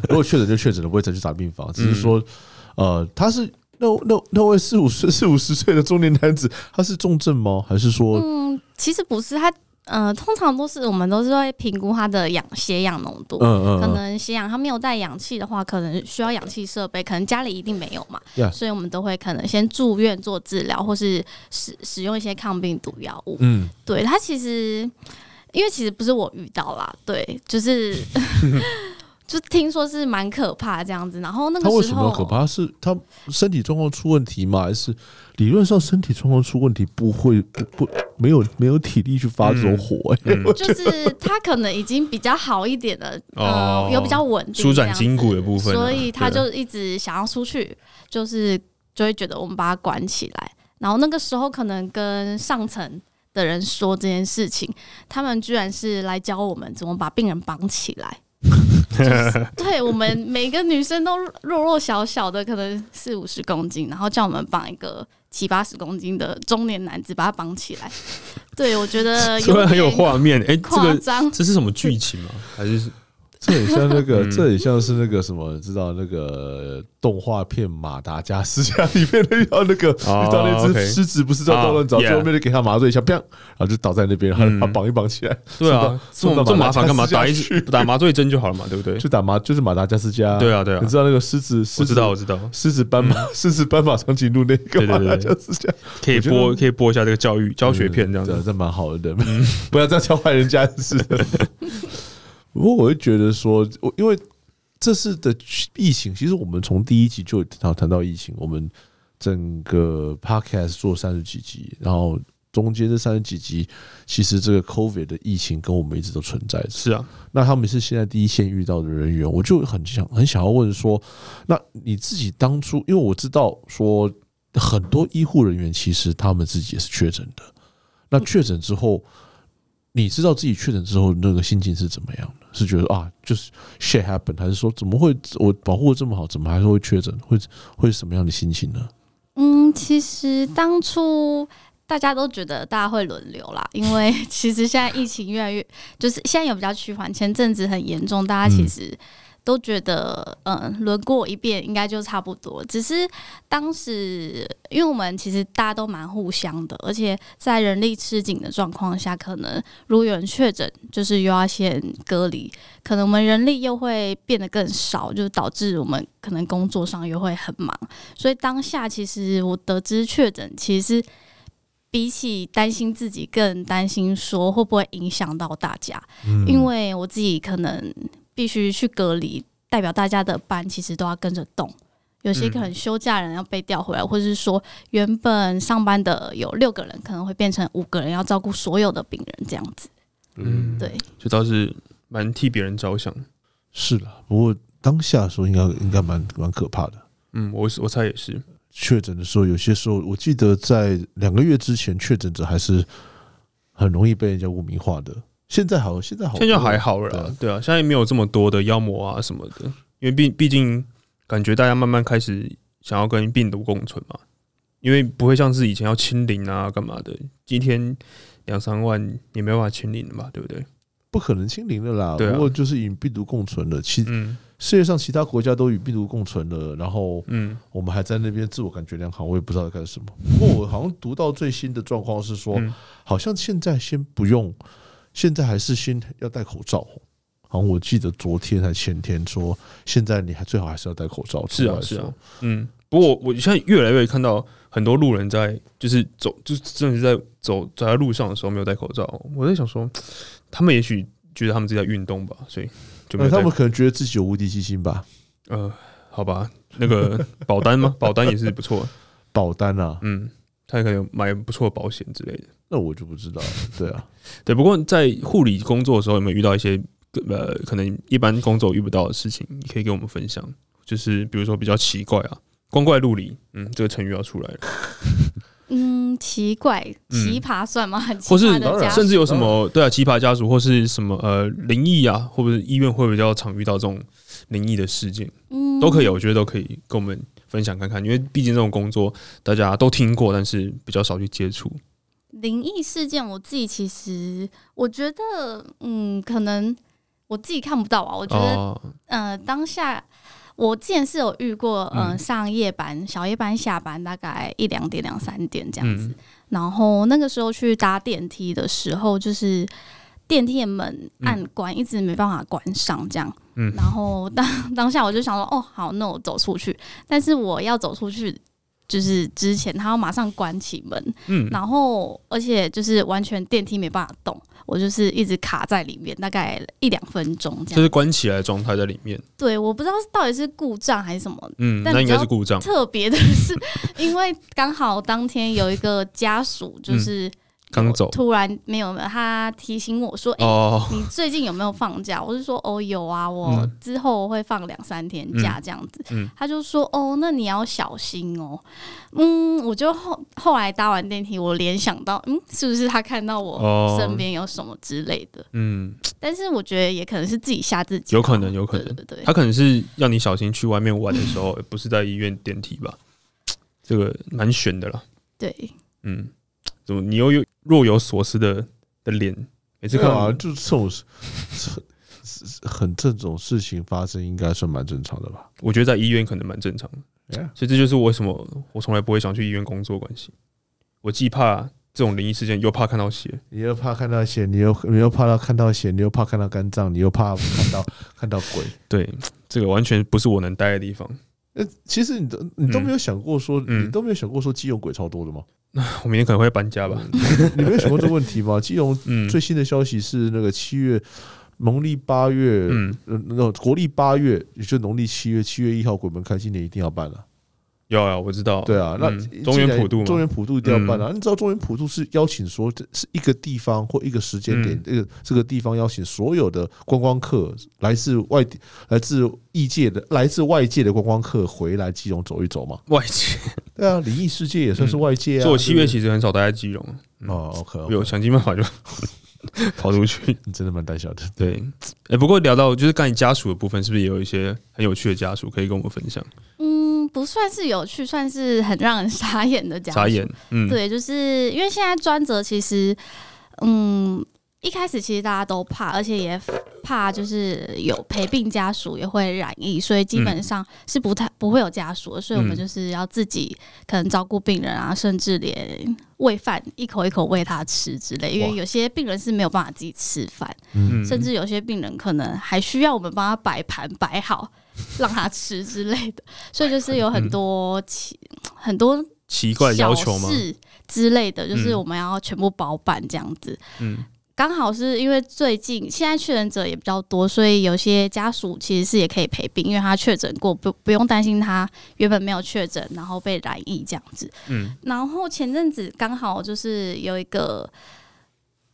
[SPEAKER 3] 如果确诊就确诊了，不会再去打病房，只
[SPEAKER 2] 嗯
[SPEAKER 3] 是说，呃，他是那那那位四五岁四五十岁的中年男子，他是重症吗？还是说，
[SPEAKER 1] 嗯，其实不是他，呃，通常都是我们都是会评估他的氧血氧浓度。
[SPEAKER 3] 嗯嗯
[SPEAKER 1] 可
[SPEAKER 3] 嗯
[SPEAKER 1] 能吸氧，他没有带氧气的话，可能需要氧气设备，可能家里一定没有嘛
[SPEAKER 3] Yeah
[SPEAKER 1] 所以我们都会可能先住院做治疗，或是使使用一些抗病毒药物。
[SPEAKER 3] 嗯，
[SPEAKER 1] 对他其实，因为其实不是我遇到啦，对，就是 就听说是蛮可怕这样子。然后那
[SPEAKER 3] 他为
[SPEAKER 1] 个时
[SPEAKER 3] 什么
[SPEAKER 1] 候，
[SPEAKER 3] 可怕？ 是他身体状况出问题吗？还是理论上身体状况出问题不会不不没有没有体力去发这种火、欸？
[SPEAKER 2] 嗯
[SPEAKER 1] 就是他可能已经比较好一点了，
[SPEAKER 2] 哦
[SPEAKER 1] 呃，有比较稳定，
[SPEAKER 2] 舒展筋骨的部分啊，
[SPEAKER 1] 所以他
[SPEAKER 2] 对
[SPEAKER 1] 就一直想要出去，就是就会觉得我们把他关起来。然后那个时候可能跟上层的人说这件事情，他们居然是来教我们怎么把病人绑起 来。就是对我们每个女生都弱弱小小的，可能四五十公斤，然后叫我们绑一个七八十公斤的中年男子，把他绑起来。对我觉得
[SPEAKER 2] 突然很有
[SPEAKER 1] 呃点
[SPEAKER 2] 画面，哎、这
[SPEAKER 1] 夸
[SPEAKER 2] 个
[SPEAKER 1] 张，
[SPEAKER 2] 这是什么剧情吗？还是
[SPEAKER 3] 这很像那个，
[SPEAKER 2] 嗯
[SPEAKER 3] 这很像是那个什么，你知道那个动画片《马达加斯加》里面的遇到那个
[SPEAKER 2] 哦
[SPEAKER 3] 遇到那只
[SPEAKER 2] OK
[SPEAKER 3] 狮子，不是叫
[SPEAKER 2] 啊
[SPEAKER 3] 到乱找，最
[SPEAKER 2] yeah
[SPEAKER 3] 后面就给它麻醉一下，砰，然后就倒在那边，然后
[SPEAKER 2] 嗯
[SPEAKER 3] 把它绑一绑起来，
[SPEAKER 2] 对啊，这
[SPEAKER 3] 送
[SPEAKER 2] 么
[SPEAKER 3] 到
[SPEAKER 2] 这么麻烦干嘛？
[SPEAKER 3] 送
[SPEAKER 2] 打
[SPEAKER 3] 到马达加
[SPEAKER 2] 一
[SPEAKER 3] 斯加去
[SPEAKER 2] 打麻醉针就好了嘛，对不对？
[SPEAKER 3] 就打麻就是马达加斯加。
[SPEAKER 2] 对啊，对啊
[SPEAKER 3] 你，知道那个狮子，狮
[SPEAKER 2] 我
[SPEAKER 3] 子
[SPEAKER 2] 知道，我知道，
[SPEAKER 3] 狮子斑马， 狮子斑马长颈鹿那个
[SPEAKER 2] 对对
[SPEAKER 3] 马
[SPEAKER 2] 对
[SPEAKER 3] 达
[SPEAKER 2] 对
[SPEAKER 3] 加斯加
[SPEAKER 2] 可以
[SPEAKER 3] 我觉得
[SPEAKER 2] 播可以播一下这个教育教学片这样
[SPEAKER 3] 对
[SPEAKER 2] 子。
[SPEAKER 3] 哦
[SPEAKER 2] 嗯
[SPEAKER 3] 这蛮好的， 不要这样教坏人家 是。不过我会觉得说，我因为这次的疫情，其实我们从第一集就谈谈到疫情，我们整个 podcast 做三十几集，然后中间这三十几集，其实这个 COVID 的疫情跟我们一直都存在着。
[SPEAKER 2] 是啊，
[SPEAKER 3] 那他们是现在第一线遇到的人员，我就很想很想要问说，那你自己当初，因为我知道说很多医护人员其实他们自己也是确诊的，那确诊之后，你知道自己确诊之后那个心情是怎么样的？是觉得啊，就是 shit happen，还是说怎么会我保护的这么好，怎么还是会确诊？会会是什么样的心情呢？
[SPEAKER 1] 嗯，其实当初大家都觉得大家会轮流啦，因为 其实现在疫情越来越，就是现在有比较趋缓，前阵子很严重，大家其
[SPEAKER 3] 嗯
[SPEAKER 1] 实都觉得，嗯，轮过一遍应该就差不多。只是当时，因为我们其实大家都蛮互相的，而且在人力吃紧的状况下，可能如果有人确诊，就是又要先隔离，可能我们人力又会变得更少，就导致我们可能工作上又会很忙。所以当下其实我得知确诊，其实是比起担心自己，更担心说会不会影响到大家，
[SPEAKER 2] 嗯
[SPEAKER 1] 因为我自己可能必须去隔离，代表大家的班其实都要跟着动。有些
[SPEAKER 2] 嗯
[SPEAKER 1] 可能休假人要被调回来，或者是说原本上班的有六个人，可能会变成五个人，要照顾所有的病人这样子。
[SPEAKER 2] 嗯，
[SPEAKER 1] 对，
[SPEAKER 2] 这倒是蛮替别人着想。
[SPEAKER 3] 是啦，不过当下的时候应该应该蛮蛮可怕的。
[SPEAKER 2] 嗯，我我猜也是，
[SPEAKER 3] 确诊的时候，有些时候我记得在两个月之前，确诊者还是很容易被人家污名化的。现在好，现在好，
[SPEAKER 2] 现在就还好
[SPEAKER 3] 对
[SPEAKER 2] 了
[SPEAKER 3] 啊
[SPEAKER 2] 啦，对啊，现在没有这么多的妖魔啊什么的，因为 毕毕竟感觉大家慢慢开始想要跟病毒共存嘛，因为不会像是以前要清零啊干嘛的，今天两三万也没办法清零嘛，对不对？
[SPEAKER 3] 不可能清零的啦。
[SPEAKER 2] 对啊
[SPEAKER 3] 不过就是与病毒共存了。其
[SPEAKER 2] 嗯
[SPEAKER 3] 世界上其他国家都与病毒共存了，然后
[SPEAKER 2] 嗯，
[SPEAKER 3] 我们还在那边自我感觉良好，我也不知道在干 什么。不过我好像读到最新的状况是说，
[SPEAKER 2] 嗯
[SPEAKER 3] 好像现在先不用，现在还是先要戴口罩。好像我记得昨天还前天说，现在你还最好还是要戴口罩。
[SPEAKER 2] 是
[SPEAKER 3] 出
[SPEAKER 2] 啊
[SPEAKER 3] 来
[SPEAKER 2] 是
[SPEAKER 3] 说
[SPEAKER 2] 啊，嗯。不过我我现在越来越看到很多路人在就是走，就是真的是在走走在路上的时候没有戴口罩，我在想说，他们也许觉得他们自己在运动吧，所以就没
[SPEAKER 3] 那
[SPEAKER 2] 有戴
[SPEAKER 3] 呃他
[SPEAKER 2] 口
[SPEAKER 3] 们可能觉得自己有无敌基金吧？
[SPEAKER 2] 呃，好吧，那个保单吗？保单也是不错，
[SPEAKER 3] 保单啊，
[SPEAKER 2] 嗯，他也可以买不错的保险之类的。
[SPEAKER 3] 那我就不知 道了。对啊，
[SPEAKER 2] 对，不过在护理工作的时候，有没有遇到一些呃，可能一般工作遇不到的事情？你可以跟我们分享，就是比如说比较奇怪啊，光怪陆离，嗯，这个成语要出来了，
[SPEAKER 1] 嗯，奇怪，
[SPEAKER 2] 嗯
[SPEAKER 1] 奇葩算吗？很奇
[SPEAKER 2] 或是
[SPEAKER 1] 葩的家
[SPEAKER 2] 甚至有什么对啊，奇葩家属或是什么呃灵异啊，或者是医院会比较常遇到这种灵异的事件。
[SPEAKER 1] 嗯
[SPEAKER 2] 都可以，我觉得都可以跟我们分享看看，因为毕竟这种工作大家都听过，但是比较少去接触。
[SPEAKER 1] 灵异事件，我自己其实我觉得，嗯，可能我自己看不到啊。我觉得，
[SPEAKER 2] 哦，
[SPEAKER 1] 呃，当下我之前是有遇过，嗯、
[SPEAKER 2] 嗯
[SPEAKER 1] 上夜班、小夜班下班，大概一两点、两三点这样子。
[SPEAKER 2] 嗯
[SPEAKER 1] 然后那个时候去搭电梯的时候，就是电梯的门按关，一直没办法关上，这样。
[SPEAKER 2] 嗯
[SPEAKER 1] 嗯然后当当下我就想说，哦，好，那我走出去。但是我要走出去，就是之前他要马上关起门，
[SPEAKER 2] 嗯，
[SPEAKER 1] 然后而且就是完全电梯没办法动，我就是一直卡在里面，大概一两分钟这
[SPEAKER 2] 就
[SPEAKER 1] 样。
[SPEAKER 2] 是关起来的状态在里面，
[SPEAKER 1] 对，我不知道到底是故障还是什么。
[SPEAKER 2] 嗯，
[SPEAKER 1] 但
[SPEAKER 2] 那应该
[SPEAKER 1] 比较
[SPEAKER 2] 是故障，
[SPEAKER 1] 特别的是，因为刚好当天有一个家属，就是
[SPEAKER 2] 嗯刚走
[SPEAKER 1] 突然没有没有，他提醒我说：“哎、
[SPEAKER 2] 哦，
[SPEAKER 1] 你最近有没有放假？”我就说：“哦，有啊，我
[SPEAKER 2] 嗯
[SPEAKER 1] 之后会放两三天假这样子。
[SPEAKER 2] 嗯
[SPEAKER 1] 他就说：“哦，那你要小心哦。”嗯，我就后后来搭完电梯，我联想到，嗯，是不是他看到
[SPEAKER 2] 哦
[SPEAKER 1] 我身边有什么之类的？
[SPEAKER 2] 嗯，
[SPEAKER 1] 但是我觉得也可能是自己吓自己吧，
[SPEAKER 2] 有可能有可能
[SPEAKER 1] 对对对
[SPEAKER 2] 他可能是要你小心去外面玩的 时候，哎不是在医院电梯吧？这个蛮悬的啦。
[SPEAKER 1] 对，
[SPEAKER 2] 嗯，怎么你又有若有所思的的脸？每次
[SPEAKER 3] 这
[SPEAKER 2] 看
[SPEAKER 3] 个
[SPEAKER 2] 到
[SPEAKER 3] 啊，
[SPEAKER 2] 你
[SPEAKER 3] 就这种事是是是很这种事情发生，应该算蛮正常的吧？
[SPEAKER 2] 我觉得在医院可能蛮正常的，
[SPEAKER 3] Yeah
[SPEAKER 2] 所以这就是为什么我从来不会想去医院工作的关系。我既怕这种灵异事件，又怕看到血。
[SPEAKER 3] 你又怕看到血，你又你又怕到看到血，你又怕看到肝脏，你又怕看到看到 鬼。
[SPEAKER 2] 对，这个完全不是我能待的地方。
[SPEAKER 3] 那其实你都你都没有想过说，
[SPEAKER 2] 嗯
[SPEAKER 3] 你都没有想过说基隆鬼超多 的吗？
[SPEAKER 2] 我明天可能会搬家吧。
[SPEAKER 3] 你没有想过这个问题吗？基隆
[SPEAKER 2] 嗯，
[SPEAKER 3] 嗯最新的消息是那个七月，农历八月，
[SPEAKER 2] 嗯，
[SPEAKER 3] 呃，那国历八月，也就农历七月，七月一号鬼门开，今年一定要办了、
[SPEAKER 2] 有啊，我知道。
[SPEAKER 3] 对啊，那
[SPEAKER 2] 嗯
[SPEAKER 3] 既然
[SPEAKER 2] 中原普渡嘛嗯
[SPEAKER 3] 中原普渡一定要办啊！你知道中原普渡是邀请说，这是一个地方或一个时间
[SPEAKER 2] 嗯
[SPEAKER 3] 点，这个这个地方邀请所有的观光客，来自外地、来自异界的、来自外界的观光客回来基隆走一走嘛。
[SPEAKER 2] 外界，
[SPEAKER 3] 对啊，灵异世界也算是外界啊。
[SPEAKER 2] 所以我嗯七月
[SPEAKER 3] 对
[SPEAKER 2] 其实很少待在基隆，
[SPEAKER 3] 不对哦，OK，
[SPEAKER 2] 我有想尽办法就 跑出去。
[SPEAKER 3] 你真的蛮胆小的。
[SPEAKER 2] 对， 哎、不过聊到就是干你家属的部分，是不是也有一些很有趣的家属可以跟我们分享？
[SPEAKER 1] 嗯，不算是有趣，算是很让人 傻眼的家属
[SPEAKER 2] 傻眼，嗯，
[SPEAKER 1] 对，就是因为现在专责其实，嗯，一开始其实大家都怕，而且也怕就是有陪病家属也会染疫，所以基本上是不太不会有家属的，所以我们
[SPEAKER 2] 嗯
[SPEAKER 1] 就是要自己可能照顾病人啊，甚至连喂饭一口一口喂他吃之类，因为
[SPEAKER 3] 哇
[SPEAKER 1] 有些病人是没有办法自己吃饭，
[SPEAKER 2] 嗯，
[SPEAKER 1] 甚至有些病人可能还需要我们帮他摆盘摆好，让他吃之类的，所以就是有
[SPEAKER 2] 嗯
[SPEAKER 1] 很多奇、很多
[SPEAKER 2] 奇怪的要求吗
[SPEAKER 1] 小？事之类的，就是
[SPEAKER 2] 嗯
[SPEAKER 1] 我们要全部包办这样子。
[SPEAKER 2] 嗯
[SPEAKER 1] 刚好是因为最近现在确诊者也比较多，所以有些家属其实是也可以陪病，因为他确诊过，不不用担心他原本没有确诊，然后被染疫这样子。
[SPEAKER 2] 嗯
[SPEAKER 1] 然后前阵子刚好就是有一个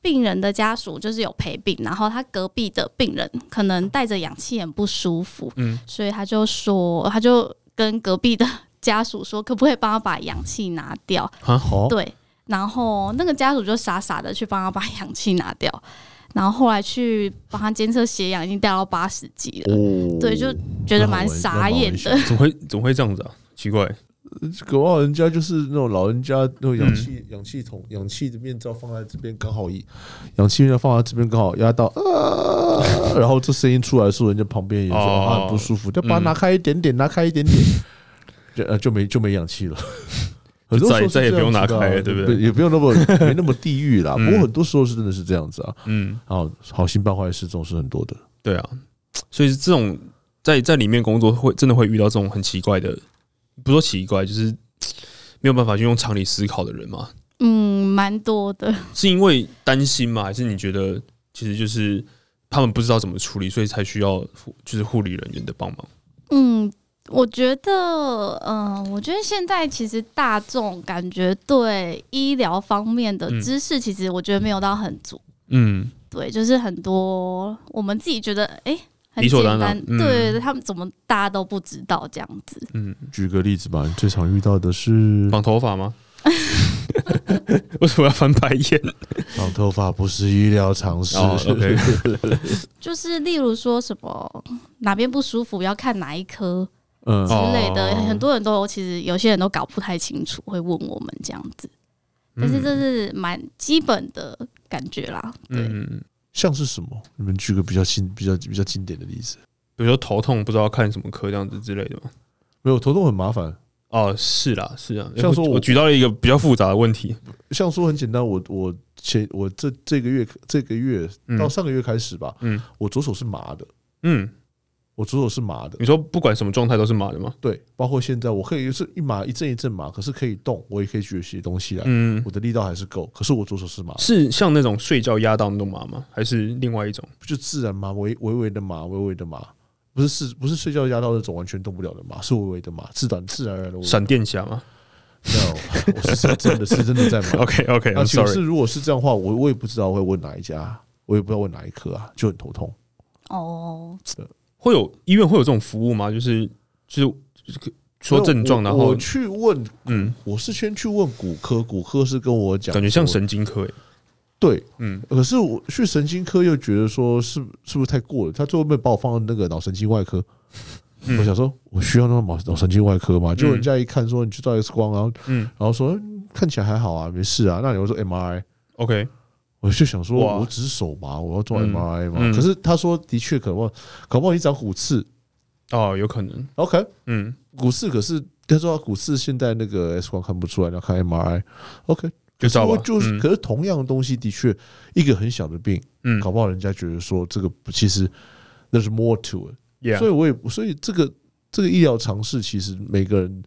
[SPEAKER 1] 病人的家属就是有陪病，然后他隔壁的病人可能带着氧气很不舒服，
[SPEAKER 2] 嗯
[SPEAKER 1] 所以他就说他就跟隔壁的家属说，可不可以帮他把氧气拿掉？
[SPEAKER 2] 啊，
[SPEAKER 3] 好，
[SPEAKER 1] 对，然后那个家属就傻傻的去帮他把氧气拿掉，然后后来去帮他监测血氧，已经掉到八十几了，
[SPEAKER 3] 哦
[SPEAKER 1] 对就觉得蛮傻眼的。
[SPEAKER 2] 怎么会怎么会这样子啊？奇怪，
[SPEAKER 3] 搞不好人家就是那种老人家那种
[SPEAKER 2] 嗯
[SPEAKER 3] 氧气、氧气筒、氧气的面罩放在这边刚好一，氧气面罩放在这边刚好压到，啊， 然后这声音出来的时候，人家旁边也说、
[SPEAKER 2] 哦
[SPEAKER 3] 啊很不舒服，就把它
[SPEAKER 2] 嗯
[SPEAKER 3] 拿开一点点，拿开一点点，就呃就没就没氧 气了。很多时候是
[SPEAKER 2] 再也
[SPEAKER 3] 这样
[SPEAKER 2] 不用拿
[SPEAKER 3] 子的啊
[SPEAKER 2] 开了对不对
[SPEAKER 3] 也不用那么没那么地狱 啦。
[SPEAKER 2] 嗯
[SPEAKER 3] 不过很多时候是真的是这样子啊，
[SPEAKER 2] 嗯，
[SPEAKER 3] 好好心办坏事这种是很多的。
[SPEAKER 2] 对啊，所以这种在在里面工作会真的会遇到这种很奇怪的，不说奇怪，就是没有办法去用常理思考的人嘛。
[SPEAKER 1] 嗯，蛮多的。
[SPEAKER 2] 是因为担心吗？还是你觉得其实就是他们不知道怎么处理，所以才需要护就是护理人员的帮忙？
[SPEAKER 1] 嗯，我觉得，嗯、我觉得现在其实大众感觉对医疗方面的
[SPEAKER 2] 嗯
[SPEAKER 1] 知识，其实我觉得没有到很足。
[SPEAKER 2] 嗯，
[SPEAKER 1] 对，就是很多我们自己觉得，哎、很
[SPEAKER 2] 理所
[SPEAKER 1] 简
[SPEAKER 2] 当
[SPEAKER 1] 单，
[SPEAKER 2] 然嗯
[SPEAKER 1] 对他们怎么大家都不知道这样子？
[SPEAKER 3] 举个例子吧，你最常遇到的是
[SPEAKER 2] 绑头发吗？ 为什么要翻白眼？
[SPEAKER 3] 绑头发不是医疗常识。
[SPEAKER 2] 哦，OK
[SPEAKER 1] 就是例如说什么哪边不舒服要看哪一科
[SPEAKER 3] 嗯
[SPEAKER 1] 之类的，
[SPEAKER 2] 哦
[SPEAKER 1] 很多人都其实有些人都搞不太清楚，会问我们这样子。但是这是蛮基本的感觉啦，对，
[SPEAKER 2] 嗯，嗯
[SPEAKER 3] 像是什么？你们举个比较新、比较比较经典的例子。
[SPEAKER 2] 比如说头痛不知道看什么科这样子之类的吗？
[SPEAKER 3] 没有头痛很麻烦，
[SPEAKER 2] 哦，是啦，是啊。
[SPEAKER 3] 像说
[SPEAKER 2] 我
[SPEAKER 3] 我
[SPEAKER 2] 我举到了一个比较复杂的问题，
[SPEAKER 3] 像说很简单，我我前我这这个月这个月
[SPEAKER 2] 嗯
[SPEAKER 3] 到上个月开始吧，
[SPEAKER 2] 嗯
[SPEAKER 3] 我左手是麻的，
[SPEAKER 2] 嗯，
[SPEAKER 3] 我左手是麻的
[SPEAKER 2] 你，说不管什么状态都是麻的吗？
[SPEAKER 3] 对，包括现在我可以是一麻一阵一阵麻，可是可以动，我也可以举起东西来，
[SPEAKER 2] 嗯
[SPEAKER 3] 我，的力道还是够，可是我左手是麻的，
[SPEAKER 2] 是像那种睡觉压到那种麻吗？还是另外一种？
[SPEAKER 3] 就自然麻，微微微的麻，微微的麻。不是是不是睡觉压到那种完全动不了的麻，是微微的麻，自然自然而然的微微的 麻
[SPEAKER 2] 闪电侠吗？
[SPEAKER 3] No，我 是真的是真的在忙。
[SPEAKER 2] OK OK，
[SPEAKER 3] 那
[SPEAKER 2] I'm
[SPEAKER 3] 其实
[SPEAKER 2] 呃 sorry。
[SPEAKER 3] 是如果是这样的话，我我也不知道会问哪一家，我也不知道问哪一科啊，就很头痛。
[SPEAKER 1] 哦，
[SPEAKER 2] 会有医院会有这种服务吗？就是就是就是说症状，
[SPEAKER 3] 没
[SPEAKER 2] 然
[SPEAKER 3] 有我
[SPEAKER 2] 后
[SPEAKER 3] 我去问，
[SPEAKER 2] 嗯，
[SPEAKER 3] 我是先去问骨科，骨科是跟我讲，
[SPEAKER 2] 感觉像神经科欸，
[SPEAKER 3] 对，
[SPEAKER 2] 嗯，
[SPEAKER 3] 可是我去神经科又觉得说是是不是太过了？他最后面把我放到那个脑神经外科，
[SPEAKER 2] 嗯
[SPEAKER 3] 我想说我需要那种脑脑神经外科吗？就
[SPEAKER 2] 嗯
[SPEAKER 3] 人家一看说你去照 X 光，然后
[SPEAKER 2] 嗯
[SPEAKER 3] 然后说嗯看起来还好啊，没事啊。那你会说 MRI？
[SPEAKER 2] ，OK，
[SPEAKER 3] 我就想说
[SPEAKER 2] 哇
[SPEAKER 3] 我只是手麻，我要做
[SPEAKER 2] 嗯
[SPEAKER 3] MRI 嘛。
[SPEAKER 2] 嗯
[SPEAKER 3] 可是他说的确可望，可望你长骨刺
[SPEAKER 2] 哦，有可能，
[SPEAKER 3] ，OK，
[SPEAKER 2] 嗯，
[SPEAKER 3] 骨刺可是他说骨刺现在那个 X 光看不出来，要看 MRI，OK，、
[SPEAKER 2] 就知道吧，
[SPEAKER 3] 就是，
[SPEAKER 2] 嗯
[SPEAKER 3] 可是同样的东西，的确一个很小的病，
[SPEAKER 2] 嗯
[SPEAKER 3] 搞不好人家觉得说这个不其实那是 more to it，
[SPEAKER 2] ，Yeah，
[SPEAKER 3] 所以我也所以这个这个医疗常识其实每个人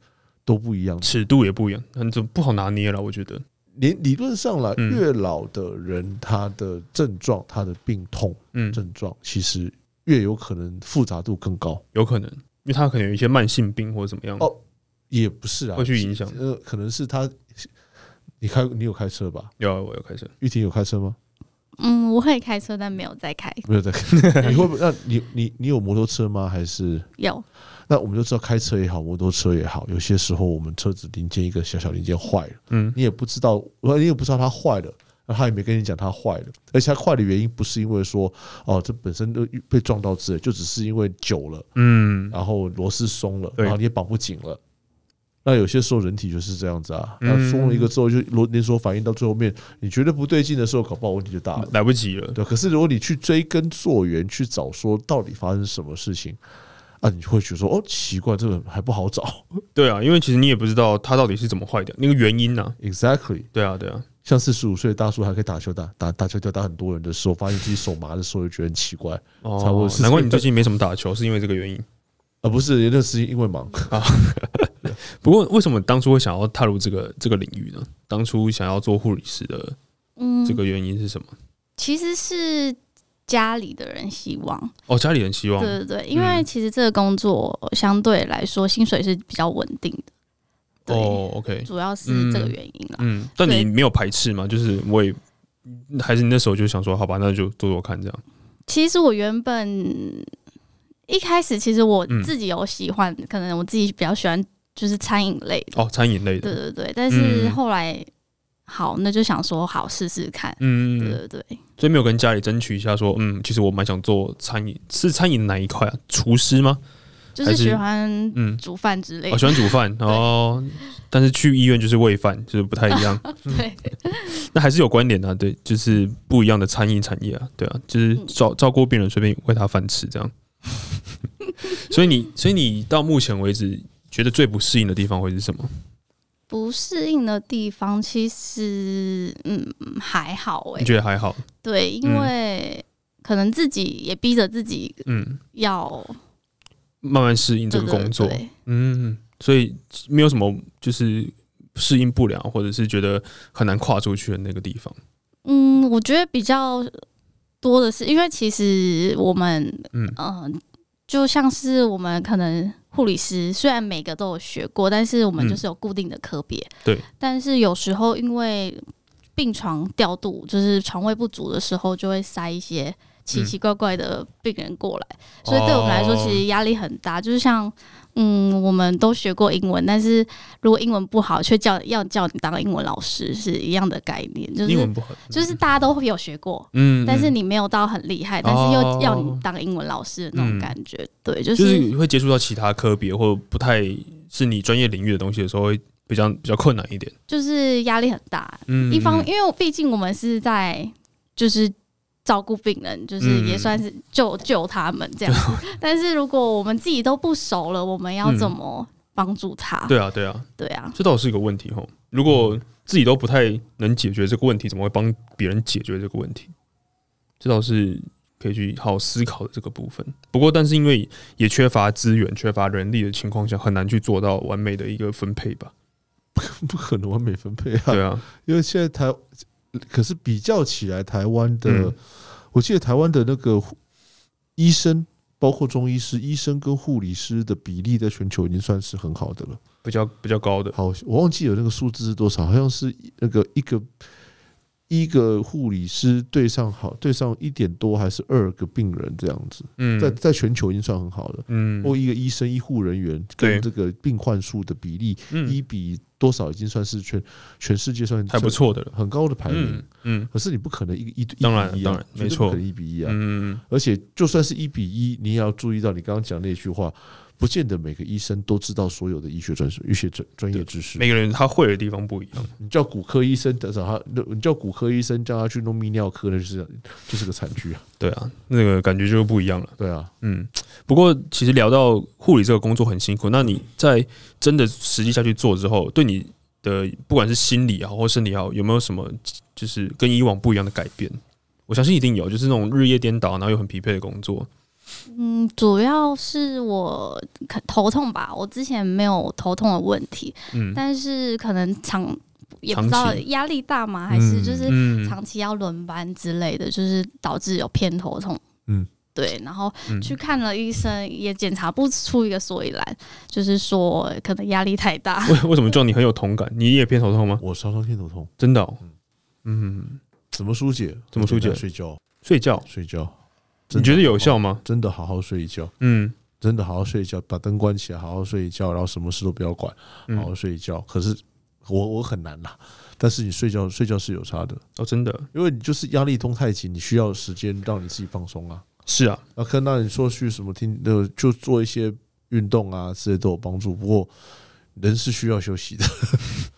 [SPEAKER 3] 都不一样，
[SPEAKER 2] 尺度也不一样，很就不好拿捏了，我觉得，
[SPEAKER 3] 连理论上来，
[SPEAKER 2] 嗯
[SPEAKER 3] 越老的人他的症状、他的病痛
[SPEAKER 2] 嗯，
[SPEAKER 3] 症状，其实越有可能复杂度更高。
[SPEAKER 2] 有可能，因为他可能有一些慢性病或者怎么样，
[SPEAKER 3] 哦也不是啊，
[SPEAKER 2] 会去影响
[SPEAKER 3] 呃，可能是他，你开你有开车吧？
[SPEAKER 2] 有啊，我有开始，
[SPEAKER 3] 玉婷有开车 吗？
[SPEAKER 1] 嗯，我会开车，但没有在开。
[SPEAKER 3] 没有在开。你会不会？那你你你有摩托车吗？还是？
[SPEAKER 1] 有，
[SPEAKER 3] 那我们就知道开车也好，摩托车也好，有些时候我们车子零件一个小小零件坏了，
[SPEAKER 2] 嗯
[SPEAKER 3] 你也不知道，呃你也不知道它坏了，那他也没跟你讲它坏了，而且它坏的原因不是因为说哦这本身都被撞到之类，就只是因为久了，
[SPEAKER 2] 嗯，
[SPEAKER 3] 然后螺丝松了，
[SPEAKER 2] 对
[SPEAKER 3] 然后你也绑不紧了。那有些时候人体就是这样子啊，
[SPEAKER 2] 嗯
[SPEAKER 3] 那松了一个之后就螺连锁反应到最后面，你觉得不对劲的时候，搞不好问题就大了。
[SPEAKER 2] 来不及了，
[SPEAKER 3] 对，可是如果你去追根溯源，去找说到底发生什么事情啊，你会觉得说哦，奇怪，这个还不好找。
[SPEAKER 2] 对啊，因为其实你也不知道它到底是怎么坏掉，那个原因呢，
[SPEAKER 3] exactly，
[SPEAKER 2] 对啊，对啊，
[SPEAKER 3] 像四十五岁的大叔还可以打球打打打球吊打很多人的时候，发现自己手麻的时候，就觉得很奇怪差不
[SPEAKER 2] 哦
[SPEAKER 3] 多是，这个
[SPEAKER 2] 难怪你最近没什么打球，是因为这个原因。
[SPEAKER 3] 啊，不是，那是因为忙。
[SPEAKER 2] 不过，为什么当初会想要踏入这个这个领域呢？当初想要做护理师的
[SPEAKER 1] 嗯，
[SPEAKER 2] 这个原因是什么？
[SPEAKER 1] 其实是家里的人希望，
[SPEAKER 2] 哦，家里人希望，
[SPEAKER 1] 对对对，因为
[SPEAKER 2] 嗯
[SPEAKER 1] 其实这个工作相对来说薪水是比较稳定的，对，
[SPEAKER 2] 哦，OK，
[SPEAKER 1] 主要是这个原因啦。
[SPEAKER 2] 嗯，但
[SPEAKER 1] 对
[SPEAKER 2] 你没有排斥嘛？就是我也还是你那时候就想说，好吧，那就做做看这样。
[SPEAKER 1] 其实我原本一开始，其实我
[SPEAKER 2] 嗯
[SPEAKER 1] 自己有喜欢，可能我自己比较喜欢就是餐饮类的，
[SPEAKER 2] 哦，餐饮类
[SPEAKER 1] 对
[SPEAKER 2] 的，
[SPEAKER 1] 对对，但是
[SPEAKER 2] 嗯
[SPEAKER 1] 后来、好，那就想说好试试看，
[SPEAKER 2] 嗯，
[SPEAKER 1] 对
[SPEAKER 2] 嗯嗯
[SPEAKER 1] 对对。
[SPEAKER 2] 所以没有跟家里争取一下说，嗯，其实我蛮想做餐饮，是餐饮哪一块啊？厨师吗？
[SPEAKER 1] 就
[SPEAKER 2] 还
[SPEAKER 1] 是
[SPEAKER 2] 是
[SPEAKER 1] 喜欢
[SPEAKER 2] 嗯，
[SPEAKER 1] 煮饭之类
[SPEAKER 2] 我、
[SPEAKER 1] 的。
[SPEAKER 2] 喜欢煮饭哦，但是去医院就是喂饭，就是不太一样。
[SPEAKER 1] 对，
[SPEAKER 2] 那还是有关联的、啊，对，就是不一样的餐饮产业啊，对啊，就是
[SPEAKER 1] 嗯
[SPEAKER 2] 照照顾病人，随便喂他饭吃 这样。所以你，所以你到目前为止觉得最不适应的地方会是什么？
[SPEAKER 1] 不适应的地方其实嗯还好哎、
[SPEAKER 2] 你觉得还好？
[SPEAKER 1] 对，因
[SPEAKER 2] 嗯
[SPEAKER 1] 为可能自己也逼着自己
[SPEAKER 2] 嗯，
[SPEAKER 1] 要
[SPEAKER 2] 慢慢适应这
[SPEAKER 1] 对
[SPEAKER 2] 个
[SPEAKER 1] 对
[SPEAKER 2] 工作，
[SPEAKER 1] 对
[SPEAKER 2] 嗯，所以没有什么就是适应不良，或者是觉得很难跨出去的那个地方。
[SPEAKER 1] 嗯，我觉得比较多的是，因为其实我们
[SPEAKER 2] 嗯
[SPEAKER 1] 嗯、呃就像是我们可能护理师，虽然每个都有学过，但是我们
[SPEAKER 2] 嗯
[SPEAKER 1] 就是有固定的科别、
[SPEAKER 2] 对，
[SPEAKER 1] 但是有时候因为病床调度，就是床位不足的时候，就会塞一些奇
[SPEAKER 2] 嗯哦
[SPEAKER 1] 奇怪怪的病人过来，所以对我们来说其实压力很大。就是像嗯，我们都学过英文，但是如果英文不好，却叫要叫你当英文老师是一样的概念，就
[SPEAKER 2] 哦英
[SPEAKER 1] 是
[SPEAKER 2] 文不好，
[SPEAKER 1] 就是大家都会有学过，
[SPEAKER 2] 嗯，
[SPEAKER 1] 但是
[SPEAKER 2] 嗯
[SPEAKER 1] 你没有到很厉害，但是又要
[SPEAKER 2] 哦
[SPEAKER 1] 你当英文老师的那
[SPEAKER 2] 嗯
[SPEAKER 1] 种感觉，对，就
[SPEAKER 2] 就是是会接触到其他科别或不太是你专业领域的东西的时候，会比较比较困难一点。
[SPEAKER 1] 就是压力很大。
[SPEAKER 2] 嗯，
[SPEAKER 1] 一方，
[SPEAKER 2] 嗯
[SPEAKER 1] 因为毕竟我们是在就是照顾病人，就是
[SPEAKER 2] 嗯
[SPEAKER 1] 也算是救救他们这样子。 但是如果我们自己都不熟了，我们要
[SPEAKER 2] 嗯
[SPEAKER 1] 怎么帮助他？
[SPEAKER 2] 对啊，对啊，
[SPEAKER 1] 对啊，
[SPEAKER 2] 这倒是一个问题哈。如
[SPEAKER 3] 嗯
[SPEAKER 2] 果自己都不太能解决这个问题，怎么会帮别人解决这个问题？这倒是可以去好好思考的这个部分。不过，但是因为也缺乏资源、缺乏人力的情况下，很难去做到完美的一个分配吧？
[SPEAKER 3] 不可能完美分配啊
[SPEAKER 2] 对，啊，
[SPEAKER 3] 因为现在台，可是比较起来，台湾的
[SPEAKER 2] 嗯，
[SPEAKER 3] 我记得台湾的那个医生，包括中医师、医生跟护理师的比例，在全球已经算是很好的了。
[SPEAKER 2] 比较比较高的，
[SPEAKER 3] 好，我忘记有那个数字是多少，好像是那个一个一个护理师对上好对上一点多还是二个病人这样子，
[SPEAKER 2] 嗯，
[SPEAKER 3] 在在全球已经算很好了。
[SPEAKER 2] 嗯
[SPEAKER 3] 或一个医生、医护人员
[SPEAKER 2] 对
[SPEAKER 3] 跟这个病患数的比例，一
[SPEAKER 2] 嗯
[SPEAKER 3] 比多少已经算是全全世界算
[SPEAKER 2] 还不错的了，
[SPEAKER 3] 很高的排名
[SPEAKER 2] 嗯。嗯
[SPEAKER 3] 可是你不可能一个一对一
[SPEAKER 2] 当然
[SPEAKER 3] 比一啊
[SPEAKER 2] 当然
[SPEAKER 3] 绝对
[SPEAKER 2] 没错
[SPEAKER 3] 不可能一比一啊。
[SPEAKER 2] 嗯
[SPEAKER 3] 而且就算是一比一，你也要注意到你刚刚讲那句话，不见得每个医生都知道所有的医学专医学专专业知识。
[SPEAKER 2] 每个人他会的地方不一样，
[SPEAKER 3] 你叫骨科医生等找他，你叫骨科医生叫他去弄泌尿科，那就是就是个惨剧啊！
[SPEAKER 2] 对啊，那个感觉就不一样了。
[SPEAKER 3] 对啊，
[SPEAKER 2] 嗯，不过其实聊到护理这个工作很辛苦，那你在真的实际下去做之后，对你的不管是心理也啊好或身体也好，有没有什么就是跟以往不一样的改变？我相信一定有，就是那种日夜颠倒，然后又很疲惫的工作。
[SPEAKER 1] 嗯，主要是我可头痛吧，我之前没有头痛的问题，
[SPEAKER 2] 嗯
[SPEAKER 1] 但是可能长也不知
[SPEAKER 2] 长
[SPEAKER 1] 道
[SPEAKER 2] 期
[SPEAKER 1] 压力大吗，还是就是
[SPEAKER 2] 嗯
[SPEAKER 1] 长期要轮班之类的，就是导致有偏头痛。
[SPEAKER 3] 嗯，
[SPEAKER 1] 对，然后
[SPEAKER 2] 嗯
[SPEAKER 1] 去看了医生，也检查不出一个所以然，就是说可能压力太大。
[SPEAKER 2] 为为什么叫你很有同感？你也偏头痛吗？
[SPEAKER 3] 我烧伤偏头痛
[SPEAKER 2] 真的、哦，嗯，
[SPEAKER 3] 怎么疏解？
[SPEAKER 2] 怎么疏解
[SPEAKER 3] 很简单睡觉，
[SPEAKER 2] 睡觉，
[SPEAKER 3] 睡觉。
[SPEAKER 2] 你觉得有效吗？
[SPEAKER 3] 真的好好睡一觉，
[SPEAKER 2] 嗯
[SPEAKER 3] 真的好好睡一觉，把灯关起来，好好睡一觉，然后什么事都不要管，好好
[SPEAKER 2] 嗯，
[SPEAKER 3] 睡一觉。可是我我很难啦，但是你睡觉睡觉是有差的，
[SPEAKER 2] 哦，真的
[SPEAKER 3] 因为你就是压力通太紧，你需要时间让你自己放松啊。
[SPEAKER 2] 是啊，
[SPEAKER 3] 那可能那你说去什么听呃，就做一些运动啊，这些都有帮助。不过人是需要休息的。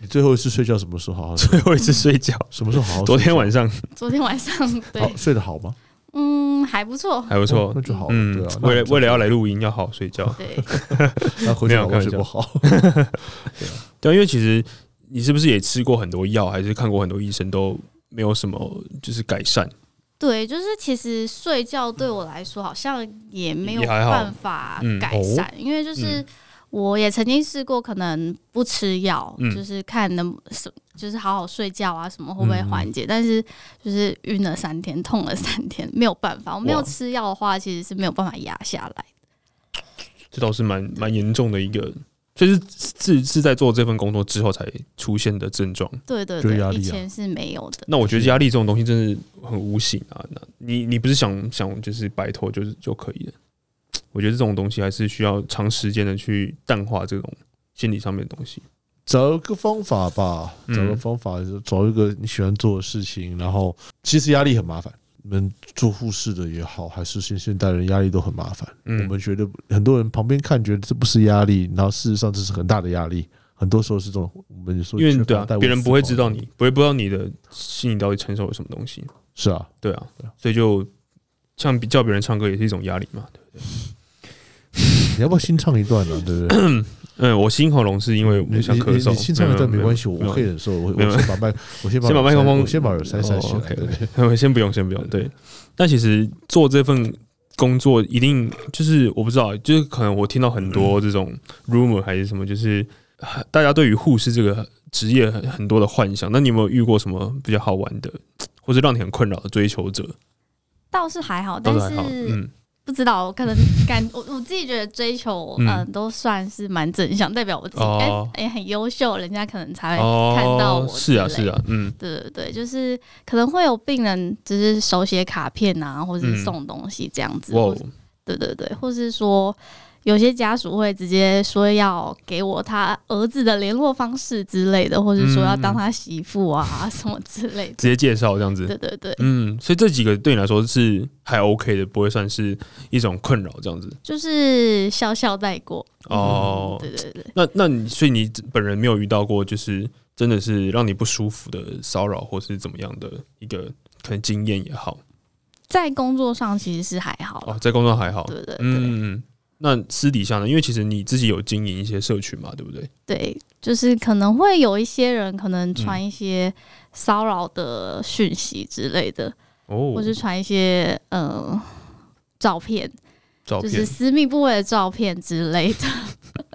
[SPEAKER 3] 你最后一次睡觉什么时候好好睡？
[SPEAKER 2] 最后一次睡觉，
[SPEAKER 3] 什么时候哦好 好睡觉？
[SPEAKER 2] 昨天晚上
[SPEAKER 1] 昨天晚上对
[SPEAKER 3] 好，睡得好吗？
[SPEAKER 1] 嗯，还不错。
[SPEAKER 2] 还不
[SPEAKER 3] 哦
[SPEAKER 2] 错
[SPEAKER 3] 那。就好了。
[SPEAKER 2] 嗯
[SPEAKER 3] 对啊，，那
[SPEAKER 2] 为了为了要来录音，要好好睡觉。
[SPEAKER 1] 对，
[SPEAKER 3] 那回去
[SPEAKER 2] 没有
[SPEAKER 3] 好好睡
[SPEAKER 2] 开
[SPEAKER 3] 不
[SPEAKER 2] 玩
[SPEAKER 3] 好。
[SPEAKER 2] 对啊，因为其实你是不是也吃过很多药，还是看过很多医生，都没有什么就是改善？
[SPEAKER 1] 对，就是其实睡觉对我来说好像也没有
[SPEAKER 2] 也还好
[SPEAKER 1] 办法
[SPEAKER 2] 嗯
[SPEAKER 1] 改善，因为就是
[SPEAKER 2] 嗯
[SPEAKER 1] 我也曾经试过，可能不吃药，
[SPEAKER 2] 嗯
[SPEAKER 1] 就是看能什，就是好好睡觉啊，什么会不会
[SPEAKER 3] 嗯嗯
[SPEAKER 1] 缓解？但是就是晕了三天，痛了三天，没有办法。我没有
[SPEAKER 2] 哇
[SPEAKER 1] 吃药的话，其实是没有办法压下来。
[SPEAKER 2] 这倒是蛮蛮严重的一个，就是自是在做这份工作之后才出现的症状。
[SPEAKER 1] 对对
[SPEAKER 3] 就
[SPEAKER 1] 对，
[SPEAKER 3] 压力啊
[SPEAKER 1] 以前是没有的。
[SPEAKER 2] 那我觉得压力这种东西真是很无形啊。那你你不是想想就是摆脱就是就可以了？我觉得这种东西还是需要长时间的去淡化这种心理上面的东西。
[SPEAKER 3] 找一个方法吧，
[SPEAKER 2] 嗯
[SPEAKER 3] 找个方法，找一个你喜欢做的事情。然后，其实压力很麻烦。你们做护士的也好，还是现现代人压力都很麻烦。
[SPEAKER 2] 嗯
[SPEAKER 3] 我们觉得很多人旁边看觉得这不是压力，然后事实上这是很大的压力。很多时候是这种，我们说
[SPEAKER 2] 因为
[SPEAKER 3] 缺乏
[SPEAKER 2] 对啊
[SPEAKER 3] 代，位
[SPEAKER 2] 别人
[SPEAKER 3] 思
[SPEAKER 2] 不会
[SPEAKER 3] 考
[SPEAKER 2] 知道你，不会不知道你的心里到底承受了什么东西。
[SPEAKER 3] 是啊，
[SPEAKER 2] 对啊
[SPEAKER 3] 对啊，
[SPEAKER 2] 所以就像比叫别人唱歌也是一种压力嘛。
[SPEAKER 3] 你要不要新唱一段 呢、对不对？
[SPEAKER 2] 嗯，我新喉咙是因为我
[SPEAKER 3] 你
[SPEAKER 2] 想咳
[SPEAKER 3] 你
[SPEAKER 2] 嗽，
[SPEAKER 3] 你新唱一段没关系，我
[SPEAKER 2] 有
[SPEAKER 3] 我可以忍受。我我
[SPEAKER 2] 没有
[SPEAKER 3] 先把麦，我先把
[SPEAKER 2] 先把麦克风
[SPEAKER 3] 我先把耳塞塞起
[SPEAKER 2] 哦
[SPEAKER 3] 来。
[SPEAKER 2] ，OK，
[SPEAKER 3] 对对对
[SPEAKER 2] 没有 先不用，先不用。对，但其实做这份工作一定就是我不知道，就是可能我听到很多这种 rumor 还是什么，就是呃大家对于护士这个职业很很多的幻想。那你有没有遇过什么比较好玩的，或者让你很困扰的追求者？
[SPEAKER 1] 倒是还好，
[SPEAKER 2] 倒
[SPEAKER 1] 但
[SPEAKER 2] 是还好，
[SPEAKER 1] 是
[SPEAKER 2] 嗯，
[SPEAKER 1] 不知道，我可能感 我我自己觉得追求，
[SPEAKER 2] 嗯
[SPEAKER 1] 嗯、都算是蛮正向，代表我自己，哎、
[SPEAKER 2] 哦
[SPEAKER 1] 哎很优秀，人家可能才会看到
[SPEAKER 2] 哦
[SPEAKER 1] 我、，
[SPEAKER 2] 是啊，是。啊，嗯
[SPEAKER 1] 对对对，就是可能会有病人只是手写卡片啊，或者
[SPEAKER 2] 嗯
[SPEAKER 1] 是送东西这样子，
[SPEAKER 2] 哇
[SPEAKER 1] 或
[SPEAKER 2] 哦
[SPEAKER 1] 是，对对对，或是说有些家属会直接说要给我他儿子的联络方式之类的，或者说要当他媳妇啊、
[SPEAKER 2] 嗯
[SPEAKER 1] 什么之类的。
[SPEAKER 2] 直接介绍这样子，
[SPEAKER 1] 对对对，
[SPEAKER 2] 嗯，所以这几个对你来说是还 OK 的，不会算是一种困扰这样子。
[SPEAKER 1] 就是笑笑带过。
[SPEAKER 2] 哦
[SPEAKER 1] 嗯对对对，
[SPEAKER 2] 那那你所以你本人没有遇到过就是真的是让你不舒服的骚扰，或是怎么样的一个可能经验也好
[SPEAKER 1] 在工作上其实是还好啦
[SPEAKER 2] 哦，在工作还好，
[SPEAKER 1] 对对对、
[SPEAKER 2] 嗯，那私底下呢？因为其实你自己有经营一些社群嘛，对不对？
[SPEAKER 1] 对，就是可能会有一些人可
[SPEAKER 2] 嗯
[SPEAKER 1] 能传一些骚扰的讯息之类的，
[SPEAKER 2] 哦
[SPEAKER 1] 或，是传一些嗯、呃照片，
[SPEAKER 2] 照
[SPEAKER 1] 就
[SPEAKER 2] 片、
[SPEAKER 1] 是私密部位的照片之类的。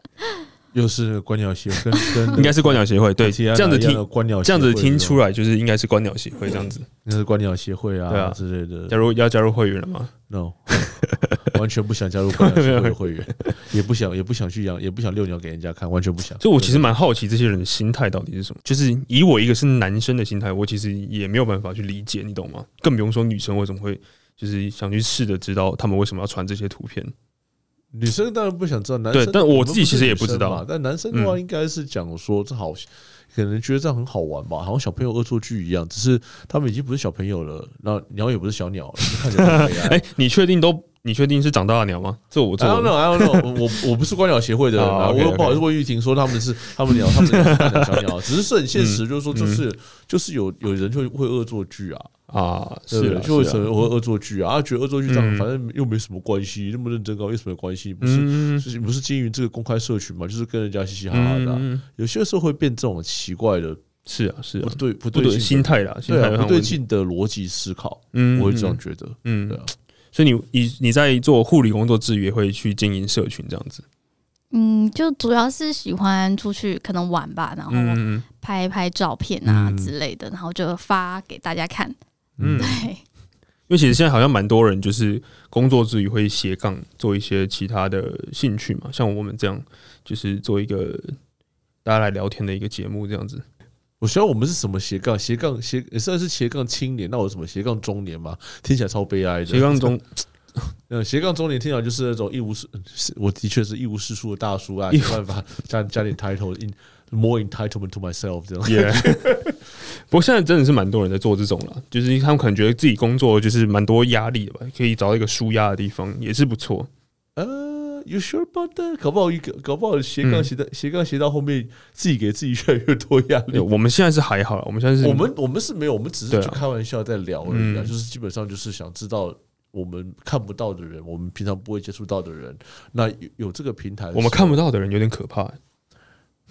[SPEAKER 3] 又是那个观鸟协跟跟
[SPEAKER 2] 应该是观鸟协会， 对，这样子听。
[SPEAKER 3] 观鸟
[SPEAKER 2] 这样子听出
[SPEAKER 3] 来，
[SPEAKER 2] 来就是应该是观鸟协会这样子。
[SPEAKER 3] 那是观鸟协会
[SPEAKER 2] 对啊
[SPEAKER 3] 啊之类的
[SPEAKER 2] 加。入要加入会员了吗？
[SPEAKER 3] No， 完全不想加入观鸟协会 的会员，也不想也不想去养，也不想遛鸟给人家看，完全不想。
[SPEAKER 2] 所以我其实蛮好奇这些人的心态到底是什么。就是以我一个是男生的心态，我其实也没有办法去理解，你懂吗？更不用说女生为什么会就是想去试着知道他们为什么要传这些图片。
[SPEAKER 3] 女生当然不想知道，男
[SPEAKER 2] 对
[SPEAKER 3] 生
[SPEAKER 2] 但
[SPEAKER 3] 们
[SPEAKER 2] 我自己
[SPEAKER 3] 不
[SPEAKER 2] 其
[SPEAKER 3] 是
[SPEAKER 2] 实也
[SPEAKER 3] 女
[SPEAKER 2] 不知
[SPEAKER 3] 生
[SPEAKER 2] 道嗯
[SPEAKER 3] 嘛但男生的话应该是讲说这好，可能觉得这样很好玩吧，好像小朋友恶作剧一样。只是他们已经不是小朋友了，然后鸟也不是小鸟了，看起来很可
[SPEAKER 2] 哎、
[SPEAKER 3] 爱。
[SPEAKER 2] 你确定都你确定是长大的鸟吗？这我
[SPEAKER 3] I
[SPEAKER 2] 做
[SPEAKER 3] don't know, I don't know 我。我我不是观鸟协会的人
[SPEAKER 2] 哦
[SPEAKER 3] 啊，我
[SPEAKER 2] OK，
[SPEAKER 3] 又不好
[SPEAKER 2] OK
[SPEAKER 3] 意思问玉婷说他们是他们鸟，他们鸟是大鸟小鸟，只是是很现
[SPEAKER 2] 嗯
[SPEAKER 3] 实，就是说就是就是有有人就会恶作剧啊，
[SPEAKER 2] 啊，
[SPEAKER 3] 对不
[SPEAKER 2] 是
[SPEAKER 3] 对
[SPEAKER 2] 啊
[SPEAKER 3] 就会
[SPEAKER 2] 是
[SPEAKER 3] 成
[SPEAKER 2] 啊
[SPEAKER 3] 为恶作剧啊，啊觉得恶作剧这样
[SPEAKER 2] 嗯
[SPEAKER 3] 反正又没什么关系，那么认真搞有什么关系？不是
[SPEAKER 2] 嗯
[SPEAKER 3] 就是不是经营这个公开社群嘛，就是跟人家嘻嘻哈哈的啊、
[SPEAKER 2] 嗯
[SPEAKER 3] 有些时候会变这种奇怪的
[SPEAKER 2] 是啊是
[SPEAKER 3] 不
[SPEAKER 2] 啊，
[SPEAKER 3] 对
[SPEAKER 2] 不
[SPEAKER 3] 不对
[SPEAKER 2] 对
[SPEAKER 3] 劲的
[SPEAKER 2] 心态啦，心
[SPEAKER 3] 对
[SPEAKER 2] 态
[SPEAKER 3] 啊
[SPEAKER 2] 上
[SPEAKER 3] 不对
[SPEAKER 2] 问题，
[SPEAKER 3] 劲的逻辑思考，
[SPEAKER 2] 嗯
[SPEAKER 3] 我会这样觉得。
[SPEAKER 2] 嗯
[SPEAKER 3] 对啊
[SPEAKER 2] 所以你你你在做护理工作之余，也会去经营社群这样子。
[SPEAKER 1] 嗯，就主要是喜欢出去可能玩吧，然后
[SPEAKER 2] 嗯
[SPEAKER 1] 拍一拍照片啊
[SPEAKER 2] 嗯
[SPEAKER 1] 之类的，然后就发给大家看。
[SPEAKER 2] 嗯，因
[SPEAKER 1] 对，
[SPEAKER 2] 为其实现在好像蛮多人就是工作之余会斜杠做一些其他的兴趣嘛，像我们这样就是做一个大家来聊天的一个节目这样子。
[SPEAKER 3] 我希望我们是什么斜杠斜杠斜，也算是斜杠青年，那我是什么斜杠中年嘛？听起来超悲哀的。
[SPEAKER 2] 斜杠 中
[SPEAKER 3] 呃，斜杠中年听起来就是那种一无是，嗯是我的确是一无是处的大叔啊，
[SPEAKER 2] 一
[SPEAKER 3] 没
[SPEAKER 2] 无
[SPEAKER 3] 办法加加点 title in more entitlement to myself 这样。
[SPEAKER 2] 也， 不过现在真的是蛮多人在做这种了，就是他们可能觉得自己工作就是蛮多压力的吧，可以找到一个舒压的地方也是不错。
[SPEAKER 3] 呃，You sure about that？搞不好一个，搞不好斜杠
[SPEAKER 2] 嗯
[SPEAKER 3] 斜到、斜杠斜到后面，自己给自己越来越多压力
[SPEAKER 2] 对。我们现在是还好啦，我们现在是
[SPEAKER 3] 我们我们是没有，我们只
[SPEAKER 2] 嗯
[SPEAKER 3] 是
[SPEAKER 2] 对啊
[SPEAKER 3] 就开玩笑在聊而已啊，
[SPEAKER 2] 嗯
[SPEAKER 3] 就是基本上就是想知道我们看不到的人，我们平常不会接触到的人，那有有这个平台的时候，
[SPEAKER 2] 我们看不到的人有点可怕、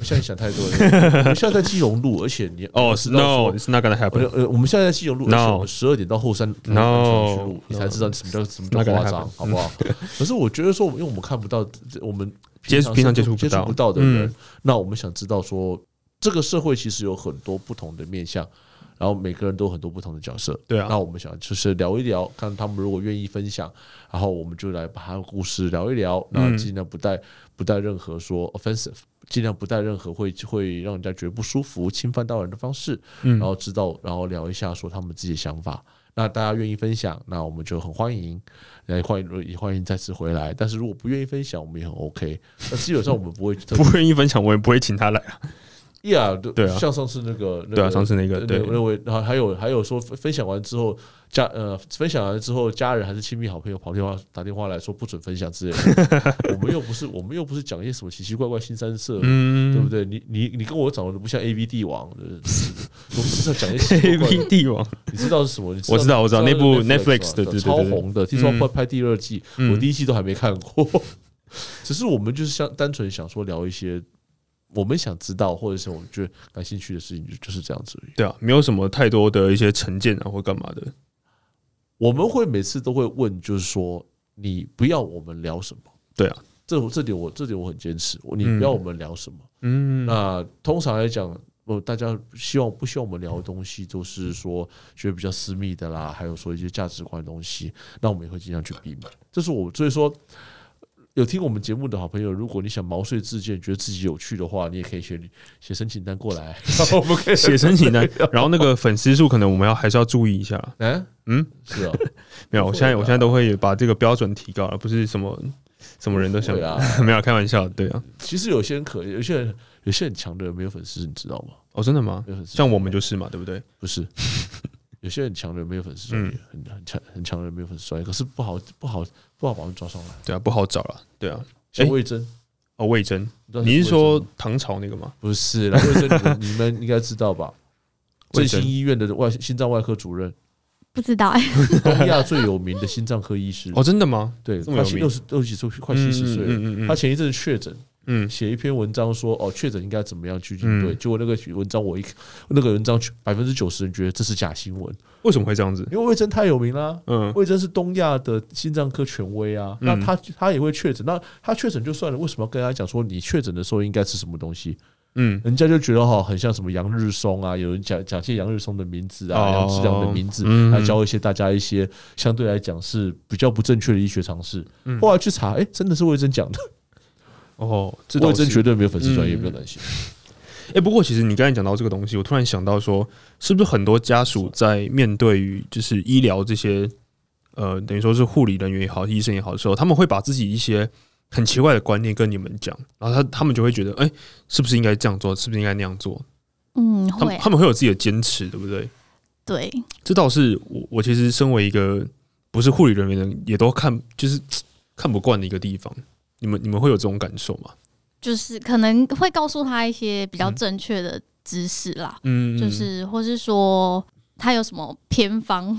[SPEAKER 3] 我现在想太多了。 我们现在在基隆路，而且你
[SPEAKER 2] 哦、
[SPEAKER 3] 知
[SPEAKER 2] n
[SPEAKER 3] 道说
[SPEAKER 2] o it's not gonna
[SPEAKER 3] 我
[SPEAKER 2] happen。
[SPEAKER 3] 呃，我们现在在西游路，而
[SPEAKER 2] No
[SPEAKER 3] 且我们十二点到后山
[SPEAKER 2] No
[SPEAKER 3] 后山去录，你
[SPEAKER 2] No
[SPEAKER 3] 才知道什么叫什么叫
[SPEAKER 2] Not gonna
[SPEAKER 3] 夸张，
[SPEAKER 2] happen
[SPEAKER 3] 好 不好？可是我觉得说，因为我们看不到，我们
[SPEAKER 2] 接
[SPEAKER 3] 平
[SPEAKER 2] 平常
[SPEAKER 3] 接
[SPEAKER 2] 接触不
[SPEAKER 3] 接触
[SPEAKER 2] 到
[SPEAKER 3] 不到的人
[SPEAKER 2] 嗯，
[SPEAKER 3] 那我们想知道说，这个社会其实有很多不同的面向，然后每个人都有很多不同的角色。
[SPEAKER 2] 对啊
[SPEAKER 3] 那，我们想就是聊一聊，看他们如果愿意分享，然后我们就来把他的故事聊一聊，那
[SPEAKER 2] 嗯
[SPEAKER 3] 尽量不带不带任何说 offensive，尽量不带任何会会让人家觉得不舒服、侵犯到人的方式，
[SPEAKER 2] 嗯
[SPEAKER 3] 然后知道，然后聊一下说他们自己的想法。那大家愿意分享，那我们就很欢迎，也欢迎也欢迎再次回来。但是如果不愿意分享，我们也很 OK。那基本上我们不会特
[SPEAKER 2] 不愿意分享，我也不会请他来。
[SPEAKER 3] 别呀，对
[SPEAKER 2] 对啊
[SPEAKER 3] 像上次那个那
[SPEAKER 2] 对啊，
[SPEAKER 3] 个
[SPEAKER 2] 上次那个对
[SPEAKER 3] 对对，我认为，然后还有还有说分分享完之后，家呃分享完之后，家人还是亲密好朋友跑电话打电话来说不准分享之类的。 我们又不是我们又不是讲一些什么奇奇怪怪新三色，
[SPEAKER 2] 嗯，
[SPEAKER 3] 对不对？你你你跟我长得都不像 A V 帝王，呃我们是在讲一些奇
[SPEAKER 2] A
[SPEAKER 3] 怪怪
[SPEAKER 2] V
[SPEAKER 3] 的。
[SPEAKER 2] 帝王，
[SPEAKER 3] 你知道是什么？你
[SPEAKER 2] 我知道我知道
[SPEAKER 3] 那
[SPEAKER 2] 那部 Netflix 的对
[SPEAKER 3] 的
[SPEAKER 2] 对对
[SPEAKER 3] 超
[SPEAKER 2] 对
[SPEAKER 3] 红的，听说
[SPEAKER 2] 嗯
[SPEAKER 3] 要拍第二季，
[SPEAKER 2] 嗯
[SPEAKER 3] 我第一季都还没看过。 只是我们就是想单纯想说聊一些我们想知道或者是我们觉得感兴趣的事情，就就是这样子而已。
[SPEAKER 2] 对啊，没有什么太多的一些成见啊或干嘛的。
[SPEAKER 3] 我们会每次都会问，就是说你不要我们聊什么？
[SPEAKER 2] 对啊，
[SPEAKER 3] 这这点我这点我很坚持，我你
[SPEAKER 2] 嗯
[SPEAKER 3] 不要我们聊什么？
[SPEAKER 2] 嗯，
[SPEAKER 3] 那通常来讲，呃，大家希望不希望我们聊的东西，都是说觉得比较私密的啦，还有说一些价值观的东西，那我们也会尽量去避免。这是我所以说，有听我们节目的好朋友，如果你想毛遂自荐，觉得自己有趣的话，你也可以写写申请单过 来，然
[SPEAKER 2] 哦
[SPEAKER 3] 后我们可以
[SPEAKER 2] 写申请单，然后那个粉丝数可能我们要还是要注意一下啦。
[SPEAKER 3] 嗯
[SPEAKER 2] 嗯，
[SPEAKER 3] 是啊，
[SPEAKER 2] 没有，我现在
[SPEAKER 3] 不会啦
[SPEAKER 2] 我现在都会把这个标准提高了，不是什么什么人都想
[SPEAKER 3] 对，啊。
[SPEAKER 2] 没有开玩笑，对啊。
[SPEAKER 3] 其实有些人可以，有些人有些很强的人没有粉丝，你知道吗？
[SPEAKER 2] 哦，真的吗
[SPEAKER 3] 没？有粉丝，
[SPEAKER 2] 像我们就是嘛，对不对？
[SPEAKER 3] 不是 有些很强的人没有粉丝专业，
[SPEAKER 2] 嗯
[SPEAKER 3] 很很强很强的人没有粉丝专业，可是不好不好不好把他们抓上来。
[SPEAKER 2] 对啊，不好找了，对啊。
[SPEAKER 3] 像魏征，
[SPEAKER 2] 哦，魏征，
[SPEAKER 3] 你知道
[SPEAKER 2] 你是
[SPEAKER 3] 啊魏征吗
[SPEAKER 2] 说唐朝那个吗？
[SPEAKER 3] 不 是啦？魏征，你们你们应该知道吧？
[SPEAKER 2] 魏
[SPEAKER 3] 振
[SPEAKER 2] 征
[SPEAKER 3] 兴医院的外心脏外科主 任，
[SPEAKER 1] 不知道哎、
[SPEAKER 3] 东亚最有名的心脏科医师
[SPEAKER 2] 哦，，真的吗？
[SPEAKER 3] 对，
[SPEAKER 2] 这么
[SPEAKER 3] 快
[SPEAKER 2] 有名
[SPEAKER 3] 六十六十几岁，快七十岁
[SPEAKER 2] 嗯
[SPEAKER 3] 了。
[SPEAKER 2] 嗯嗯
[SPEAKER 3] 他前一阵确诊，
[SPEAKER 2] 嗯，
[SPEAKER 3] 写一篇文章说哦，确诊应该怎么样去应对。
[SPEAKER 2] 嗯
[SPEAKER 3] 结果那个文章我一那个文章百分之九十人觉得这是假新闻，
[SPEAKER 2] 为什么会这样子？
[SPEAKER 3] 因为魏征太有名啦、
[SPEAKER 2] 嗯，
[SPEAKER 3] 魏征是东亚的心脏科权威啊，
[SPEAKER 2] 嗯
[SPEAKER 3] 那他他也会确诊，那他确诊就算了，为什么要跟他讲说你确诊的时候应该吃什么东西？
[SPEAKER 2] 嗯，
[SPEAKER 3] 人家就觉得哈，很像什么杨日松啊，有人讲讲些杨日松的名字啊，
[SPEAKER 2] 哦
[SPEAKER 3] 杨志良的名字，
[SPEAKER 2] 嗯
[SPEAKER 3] 来教一些大家一些相对来讲是比较不正确的医学常识。
[SPEAKER 2] 嗯
[SPEAKER 3] 后来去查，哎、真的是魏征讲的，
[SPEAKER 2] 哦，这
[SPEAKER 3] 魏
[SPEAKER 2] 倒
[SPEAKER 3] 征
[SPEAKER 2] 是
[SPEAKER 3] 绝对没有粉丝专业，
[SPEAKER 2] 嗯
[SPEAKER 3] 不要担心。
[SPEAKER 2] 哎、不过其实你刚才讲到这个东西，我突然想到说，是不是很多家属在面对于就是医疗这些，呃，等于说是护理人员也好，医生也好的时候，他们会把自己一些很奇怪的观念跟你们讲，然后他他们就会觉得，哎、是不是应该这样做？是不是应该那样做？
[SPEAKER 1] 嗯，
[SPEAKER 2] 他
[SPEAKER 1] 会
[SPEAKER 2] 们他们会有自己的坚持，对不对？
[SPEAKER 1] 对，
[SPEAKER 2] 这倒是我我其实身为一个不是护理人员的人，也都看就是看不惯的一个地方。你们你们会有这种感受吗？
[SPEAKER 1] 就是可能会告诉他一些比较
[SPEAKER 2] 嗯
[SPEAKER 1] 正确的知识啦，
[SPEAKER 2] 嗯，
[SPEAKER 1] 就是或是说他有什么偏方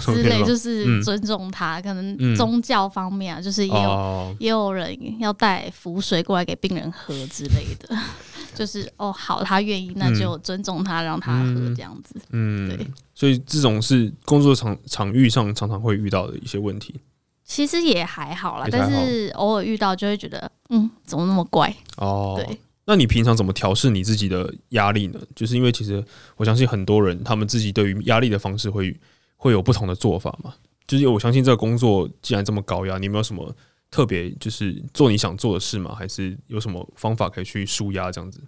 [SPEAKER 1] 之 类，就
[SPEAKER 2] 嗯
[SPEAKER 1] 是尊重他。可
[SPEAKER 2] 嗯
[SPEAKER 1] 能宗教方面啊，就是也有、
[SPEAKER 2] 哦，
[SPEAKER 1] 也有人要带符水过来给病人喝之类的， 就是哦好，他愿意，那
[SPEAKER 2] 嗯
[SPEAKER 1] 就尊重他，让他喝
[SPEAKER 2] 嗯
[SPEAKER 1] 这样子。对
[SPEAKER 2] 嗯，所以这种是工作场场域上常常会遇到的一些问题
[SPEAKER 1] 其实也还好啦，
[SPEAKER 2] 也还
[SPEAKER 1] 但
[SPEAKER 2] 好
[SPEAKER 1] 是偶尔遇到就会觉得，嗯，怎么那么怪？
[SPEAKER 2] 哦
[SPEAKER 1] 对，
[SPEAKER 2] 那你平常怎么调试你自己的压力呢？就是因为其实我相信很多人他们自己对于压力的方式会会有不同的做法嘛。就是我相信这个工作既然这么高压，你有没有什么特别就是做你想做的事吗？还是有什么方法可以去舒压这样子？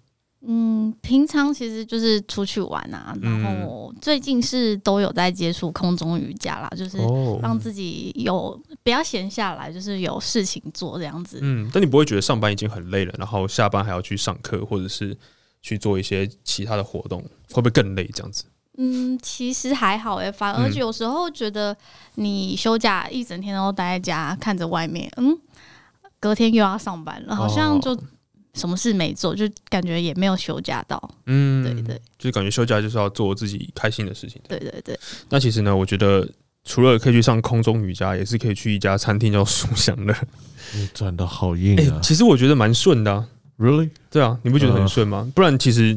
[SPEAKER 1] 嗯，平常其实就是出去玩啊，
[SPEAKER 2] 嗯
[SPEAKER 1] 然后最近是都有在接触空中瑜伽啦，就是
[SPEAKER 2] 哦
[SPEAKER 1] 让自己有不要闲下来，就是有事情做这样子。
[SPEAKER 2] 嗯，但你不会觉得上班已经很累了，然后下班还要去上课，或者是去做一些其他的活动，会不会更累这样子？
[SPEAKER 1] 嗯，其实还好诶、反而
[SPEAKER 2] 嗯
[SPEAKER 1] 有时候觉得你休假一整天都待在家看着外面，嗯，隔天又要上班了，好
[SPEAKER 2] 哦
[SPEAKER 1] 像就什么事没做，就感觉也没有休假到。
[SPEAKER 2] 嗯
[SPEAKER 1] 对对
[SPEAKER 2] 就是感觉休假就是要做自己开心的事情。
[SPEAKER 1] 对对对，
[SPEAKER 2] 那其实呢，我觉得除了可以去上空中瑜伽，也是可以去一家餐厅叫书香 乐。
[SPEAKER 3] 你转的好硬
[SPEAKER 2] 哎、
[SPEAKER 3] 啊、
[SPEAKER 2] 其实我觉得蛮顺的、啊，
[SPEAKER 3] r e a l l y
[SPEAKER 2] 对啊，你不觉得很顺
[SPEAKER 3] Uh
[SPEAKER 2] 吗？不然其实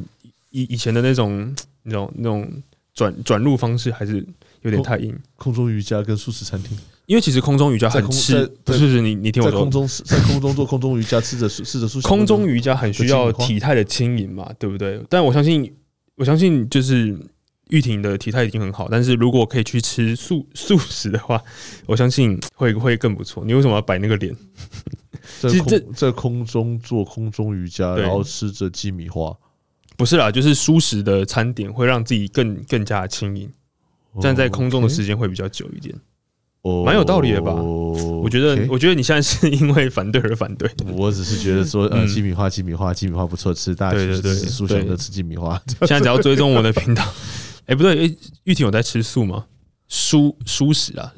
[SPEAKER 2] 以以前的那种、那种、那种转转入方式还是有点太硬。
[SPEAKER 3] 空中瑜伽跟素食餐厅，
[SPEAKER 2] 因为其实空中瑜伽很吃
[SPEAKER 3] 在空在，
[SPEAKER 2] 不是不是你你听我
[SPEAKER 3] 在
[SPEAKER 2] 说，
[SPEAKER 3] 空中在空中做空中瑜伽，吃着素吃着素食
[SPEAKER 2] 空中瑜伽很需要
[SPEAKER 3] 的情况
[SPEAKER 2] 体态的轻盈嘛，对不对？但我相信，我相信就是玉婷的体态已经很好，但是如果可以去吃素素食的话，我相信会会更不错。你为什么要摆那个脸？
[SPEAKER 3] 在
[SPEAKER 2] 其实这
[SPEAKER 3] 空在空中做空中瑜伽，
[SPEAKER 2] 对
[SPEAKER 3] 然后吃着鸡米花，
[SPEAKER 2] 不是啦，就是舒适的餐点会让自己更更加轻盈，站在空中的时间会比较久一点。
[SPEAKER 3] 哦
[SPEAKER 2] 蛮有道理的吧我
[SPEAKER 3] 我
[SPEAKER 2] 觉得，我觉得你现在是因为反对而反对。
[SPEAKER 3] 我只是觉得说，呃，
[SPEAKER 2] 嗯
[SPEAKER 3] 鸡米花，鸡米花，鸡米花不错吃，大家
[SPEAKER 2] 对
[SPEAKER 3] 去
[SPEAKER 2] 对
[SPEAKER 3] 吃
[SPEAKER 2] 对
[SPEAKER 3] 素
[SPEAKER 2] 对
[SPEAKER 3] 想的吃鸡米花。
[SPEAKER 2] 现在只要追踪我的频 道，哎、不对，诶玉婷有在吃素吗？蔬蔬食啊，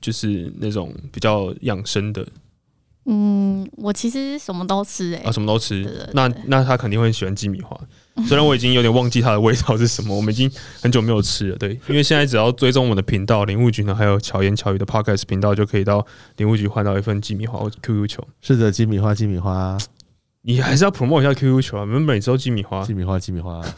[SPEAKER 2] 就是那种比较养生的
[SPEAKER 1] 嗯，我其实什么都吃欸诶、
[SPEAKER 2] 啊，什么都吃。
[SPEAKER 1] 对对对
[SPEAKER 2] 那那他肯定会喜欢鸡米花，虽然我已经有点忘记它的味道是什么，我们已经很久没有吃了。对，因为现在只要追踪我们的频道林务局呢，还有巧言巧语的 podcast 频道，就可以到林务局换到一份鸡米花或 QQ 球。
[SPEAKER 3] 是的，鸡米花，鸡米花，
[SPEAKER 2] 你还是要 promote 一下 QQ 球啊，我们每周鸡米花
[SPEAKER 3] 鸡米花，鸡米花。
[SPEAKER 2] 啊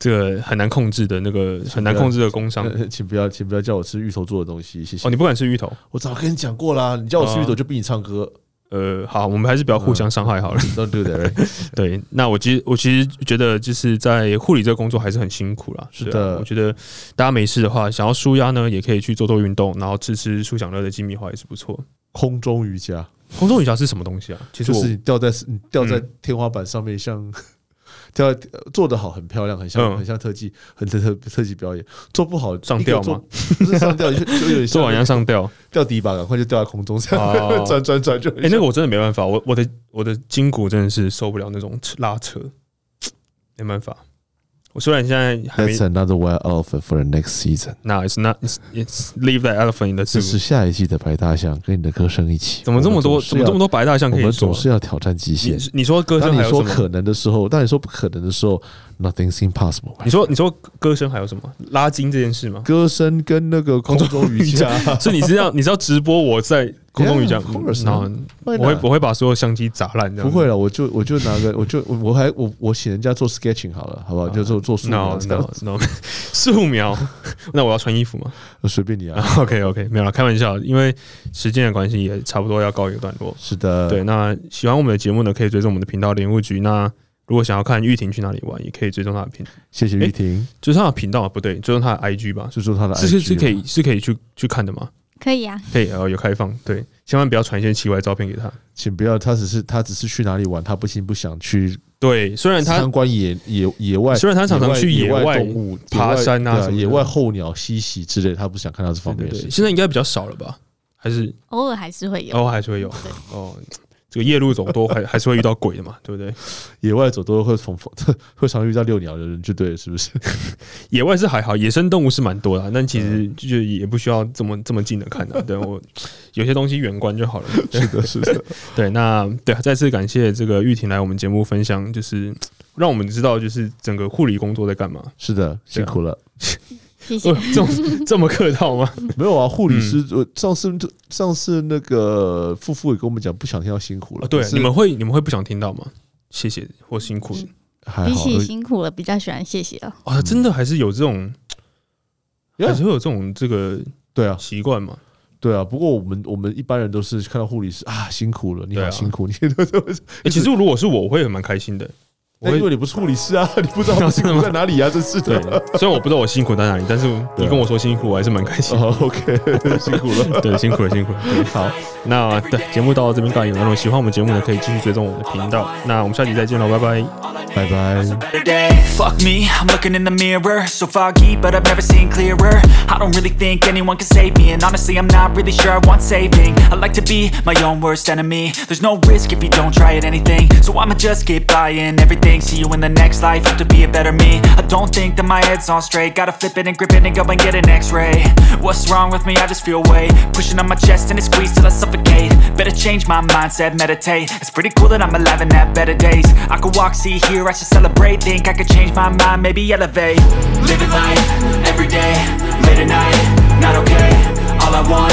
[SPEAKER 2] 这个很难控制的那个很难控制的工伤。
[SPEAKER 3] 呃请不要，请不要叫我吃芋头做的东西，谢谢
[SPEAKER 2] 哦，。你不敢吃芋头？
[SPEAKER 3] 我早跟你讲过啦，你叫我吃芋头
[SPEAKER 2] 哦
[SPEAKER 3] 就逼你唱歌，
[SPEAKER 2] 呃，好，我们还是不要互相伤害好了。
[SPEAKER 3] Don't do that, right？
[SPEAKER 2] 对，那我其实我其实觉得就是在护理这个工作还是很辛苦啦。
[SPEAKER 3] 是
[SPEAKER 2] 对啊
[SPEAKER 3] 的
[SPEAKER 2] 我觉得大家没事的话，想要舒压呢，也可以去做做运动，然后吃吃舒享乐的鸡米花也是不错。
[SPEAKER 3] 空中瑜伽
[SPEAKER 2] 空中瑜伽是什么东西啊？其实
[SPEAKER 3] 就
[SPEAKER 2] 我、嗯
[SPEAKER 3] 是你吊在你吊在天花板上面，像 吊在呃做的好，很漂亮，很像
[SPEAKER 2] 嗯
[SPEAKER 3] 很像特技，很特特特技表演。做不好
[SPEAKER 2] 上吊吗？
[SPEAKER 3] 一个做不是上吊，就就有 点
[SPEAKER 2] 做完要
[SPEAKER 3] 像
[SPEAKER 2] 上吊。
[SPEAKER 3] 吊底吧，赶快就吊在空中， 这样
[SPEAKER 2] 哦
[SPEAKER 3] 转转转就很
[SPEAKER 2] 哎、那
[SPEAKER 3] 像
[SPEAKER 2] 个我真的没办法，我我的我的筋骨真的是受不了那种拉扯，没办法。我虽然现在哎还没
[SPEAKER 3] That's another way off for the next season。
[SPEAKER 2] 那 it's not it's, it's leave that elephant in the
[SPEAKER 3] 这
[SPEAKER 2] zoo
[SPEAKER 3] 是。下一季的白大象跟你的歌声一起。
[SPEAKER 2] 怎么这么多？怎么这么多
[SPEAKER 3] 多？
[SPEAKER 2] 白大象
[SPEAKER 3] 我
[SPEAKER 2] 可以
[SPEAKER 3] 们
[SPEAKER 2] 做啊
[SPEAKER 3] 总？是要挑战极限
[SPEAKER 2] 你。你说歌
[SPEAKER 3] 当
[SPEAKER 2] 声
[SPEAKER 3] 你
[SPEAKER 2] 还有
[SPEAKER 3] 说
[SPEAKER 2] 什么？
[SPEAKER 3] 可能的时候，当你说不可能的时候，nothing's impossible。
[SPEAKER 2] 你说你说歌声还有什么？拉筋这件事吗？
[SPEAKER 3] 歌声跟那个空中瑜伽，
[SPEAKER 2] 啊所以你是 要你是要直播我在空中瑜伽
[SPEAKER 3] Yeah, of course,
[SPEAKER 2] 然后
[SPEAKER 3] 会
[SPEAKER 2] 我会
[SPEAKER 3] 啦
[SPEAKER 2] 我会把所有相机砸烂这样
[SPEAKER 3] 不
[SPEAKER 2] 子。
[SPEAKER 3] 会了，我就我就拿个，我就我我还我我请人家做 sketching 好了，好不好？就做做素描
[SPEAKER 2] 啊 No
[SPEAKER 3] 这
[SPEAKER 2] no
[SPEAKER 3] 样，
[SPEAKER 2] no，素 描。那我要穿衣服吗
[SPEAKER 3] 随便你 啊。
[SPEAKER 2] ？OK OK，没有了，开玩笑，因为时间的关系也差不多要告一个段落。
[SPEAKER 3] 是的，
[SPEAKER 2] 对，那喜欢我们的节目呢，可以追踪我们的频道林务局。那如果想要看玉婷去哪里玩，也可以追踪她的频，
[SPEAKER 3] 谢谢玉婷，
[SPEAKER 2] 追踪她的频道啊不对，追踪她的 IG 吧，
[SPEAKER 3] 就说他的啊
[SPEAKER 2] 是是
[SPEAKER 3] IG
[SPEAKER 2] 是可以
[SPEAKER 3] 嘛，
[SPEAKER 2] 是可以去去看的吗？
[SPEAKER 1] 可以啊，
[SPEAKER 2] 可以，呃，有开放，对，千万不要传一些奇怪的照片给她。
[SPEAKER 3] 请不要，他只是他只是去哪里玩，他不行不想去
[SPEAKER 2] 对，虽然她
[SPEAKER 3] 参观野野野外，
[SPEAKER 2] 虽然她常常去
[SPEAKER 3] 野
[SPEAKER 2] 野
[SPEAKER 3] 外
[SPEAKER 2] 外
[SPEAKER 3] 动物
[SPEAKER 2] 爬山啊
[SPEAKER 3] 野外对
[SPEAKER 2] 什么的
[SPEAKER 3] 野外候鸟嬉戏之类，他不想看到这方
[SPEAKER 2] 对
[SPEAKER 3] 面
[SPEAKER 2] 对
[SPEAKER 3] 的事
[SPEAKER 2] 对，
[SPEAKER 3] 情。
[SPEAKER 2] 现在应该比较少了吧？还是
[SPEAKER 1] 偶尔还是会有。
[SPEAKER 2] 哦，还是会有哦。这个夜路走多，还还是会遇到鬼的嘛，对不对？
[SPEAKER 3] 野外走都会从 会常遇到遛鸟的人，就对了，是 不是？
[SPEAKER 2] 野外是还好，野生动物是蛮多的啊、但其实
[SPEAKER 3] 嗯
[SPEAKER 2] 就也不需要这么这么近的看的、对 我有些东西远观就好了。对
[SPEAKER 3] 是的， 是的。
[SPEAKER 2] 对，那对，再次感谢这个玉婷来我们节目分享，就是让我们知道就是整个护理工作在干嘛。
[SPEAKER 3] 是的，辛苦了。
[SPEAKER 1] 谢谢
[SPEAKER 2] 哦，这么这么客套吗？
[SPEAKER 3] 没有啊，护理师，
[SPEAKER 2] 嗯
[SPEAKER 3] 我上次就上次那个夫妇也跟我们讲，不想听到辛苦了。
[SPEAKER 2] 哦对
[SPEAKER 3] 可，是
[SPEAKER 2] 你们会你们会不想听到吗？谢谢或辛苦
[SPEAKER 3] 还
[SPEAKER 1] 比
[SPEAKER 3] 好，呃
[SPEAKER 1] 起辛苦了，比较喜欢谢谢了。
[SPEAKER 2] 啊、哦，真的还是有这种，
[SPEAKER 3] 嗯 Yeah
[SPEAKER 2] 还是会有这种这个
[SPEAKER 3] 对啊，
[SPEAKER 2] 习惯嘛？
[SPEAKER 3] 对啊。不过我们我们一般人都是看到护理师啊，辛苦了，你
[SPEAKER 2] 对
[SPEAKER 3] 好
[SPEAKER 2] 啊
[SPEAKER 3] 辛苦，你都都
[SPEAKER 2] 欸其实如果是我，我会蛮开心的。我
[SPEAKER 3] 那 因
[SPEAKER 2] 会
[SPEAKER 3] 为你不是护理师啊，你 不知道我辛苦在哪里啊，真是
[SPEAKER 2] 对
[SPEAKER 3] 的。，
[SPEAKER 2] 虽然我不知道我辛苦在哪里，但是
[SPEAKER 3] 对
[SPEAKER 2] 你
[SPEAKER 3] 啊
[SPEAKER 2] 跟我说辛苦，我还是蛮开心的。
[SPEAKER 3] 哦，OK，辛 苦 了。
[SPEAKER 2] 对，辛苦了，辛苦了。对
[SPEAKER 3] 好，
[SPEAKER 2] 那对节目到这边告一段落。喜欢我们节目的，可以继续追踪我们的频道。那我们下期再见喽，拜拜。
[SPEAKER 3] 拜拜。
[SPEAKER 4] better day. Fuck me, I'm looking in the mirror. So foggy, but I've never seen clearer. I don't really think anyone can save me. And honestly, I'm not really sure I want saving. I like to be my own worst enemy. There's no risk if you don't try at anything. So I'ma just keep buying everything. See you in the next life, have to be a better me. I don't think that my head's on straight. Gotta flip it and grip it and go and get an x ray. What's wrong with me? I just feel weight. Pushing on my chest and it squeezes till I suffocate. Better change my mindset, meditate. It's pretty cool that I'm alive and have better days. I could walk, see, hear, I should celebrate. Think I could change my mind, maybe elevate. Living life, every day, late at night, not okay. All I want,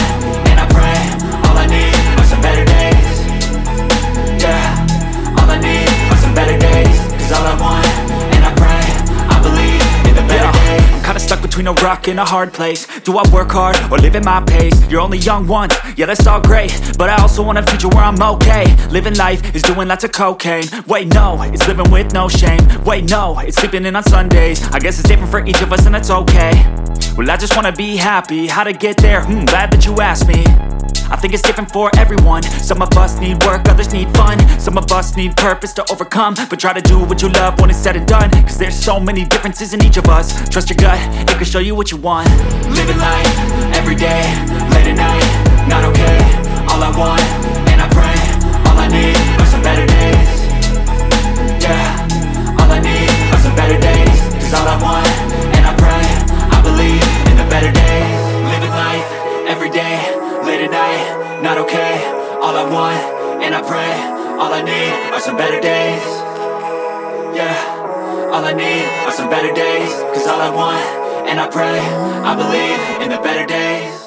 [SPEAKER 4] and I pray, all I need are some better days. Yeah, all I need are some better days. Cause all I want, and I pray, I believe in the better days. I'm kinda stuck between a rock and a hard place. Do I work hard or live at my pace? You're only young once, yeah, that's all great. But I also want a future where I'm okay. Living life is doing lots of cocaine. Wait, no, it's living with no shame. Wait, no, it's sleeping in on Sundays. I guess it's different for each of us, and that's okay. Well, I just wanna be happy. How to get there? Hmm, glad that you asked me. I think it's different for everyone. Some of us need work, others need fun. Some of us need purpose to overcome. But try to do what you love when it's said and done. Cause there's so many differences in each of us. Trust your gut, it can show you what you want. Living life, every day, late at night, not okay. All I want, and I pray, all I need are some better days. Yeah, all I need are some better days. Cause all I want, and I pray, I believe in the better days. Living life every day, late at night, not okay. All I want, and I pray, all I need are some better days. Yeah, all I need are some better days. Cause all I want, and I pray, I believe in the better days.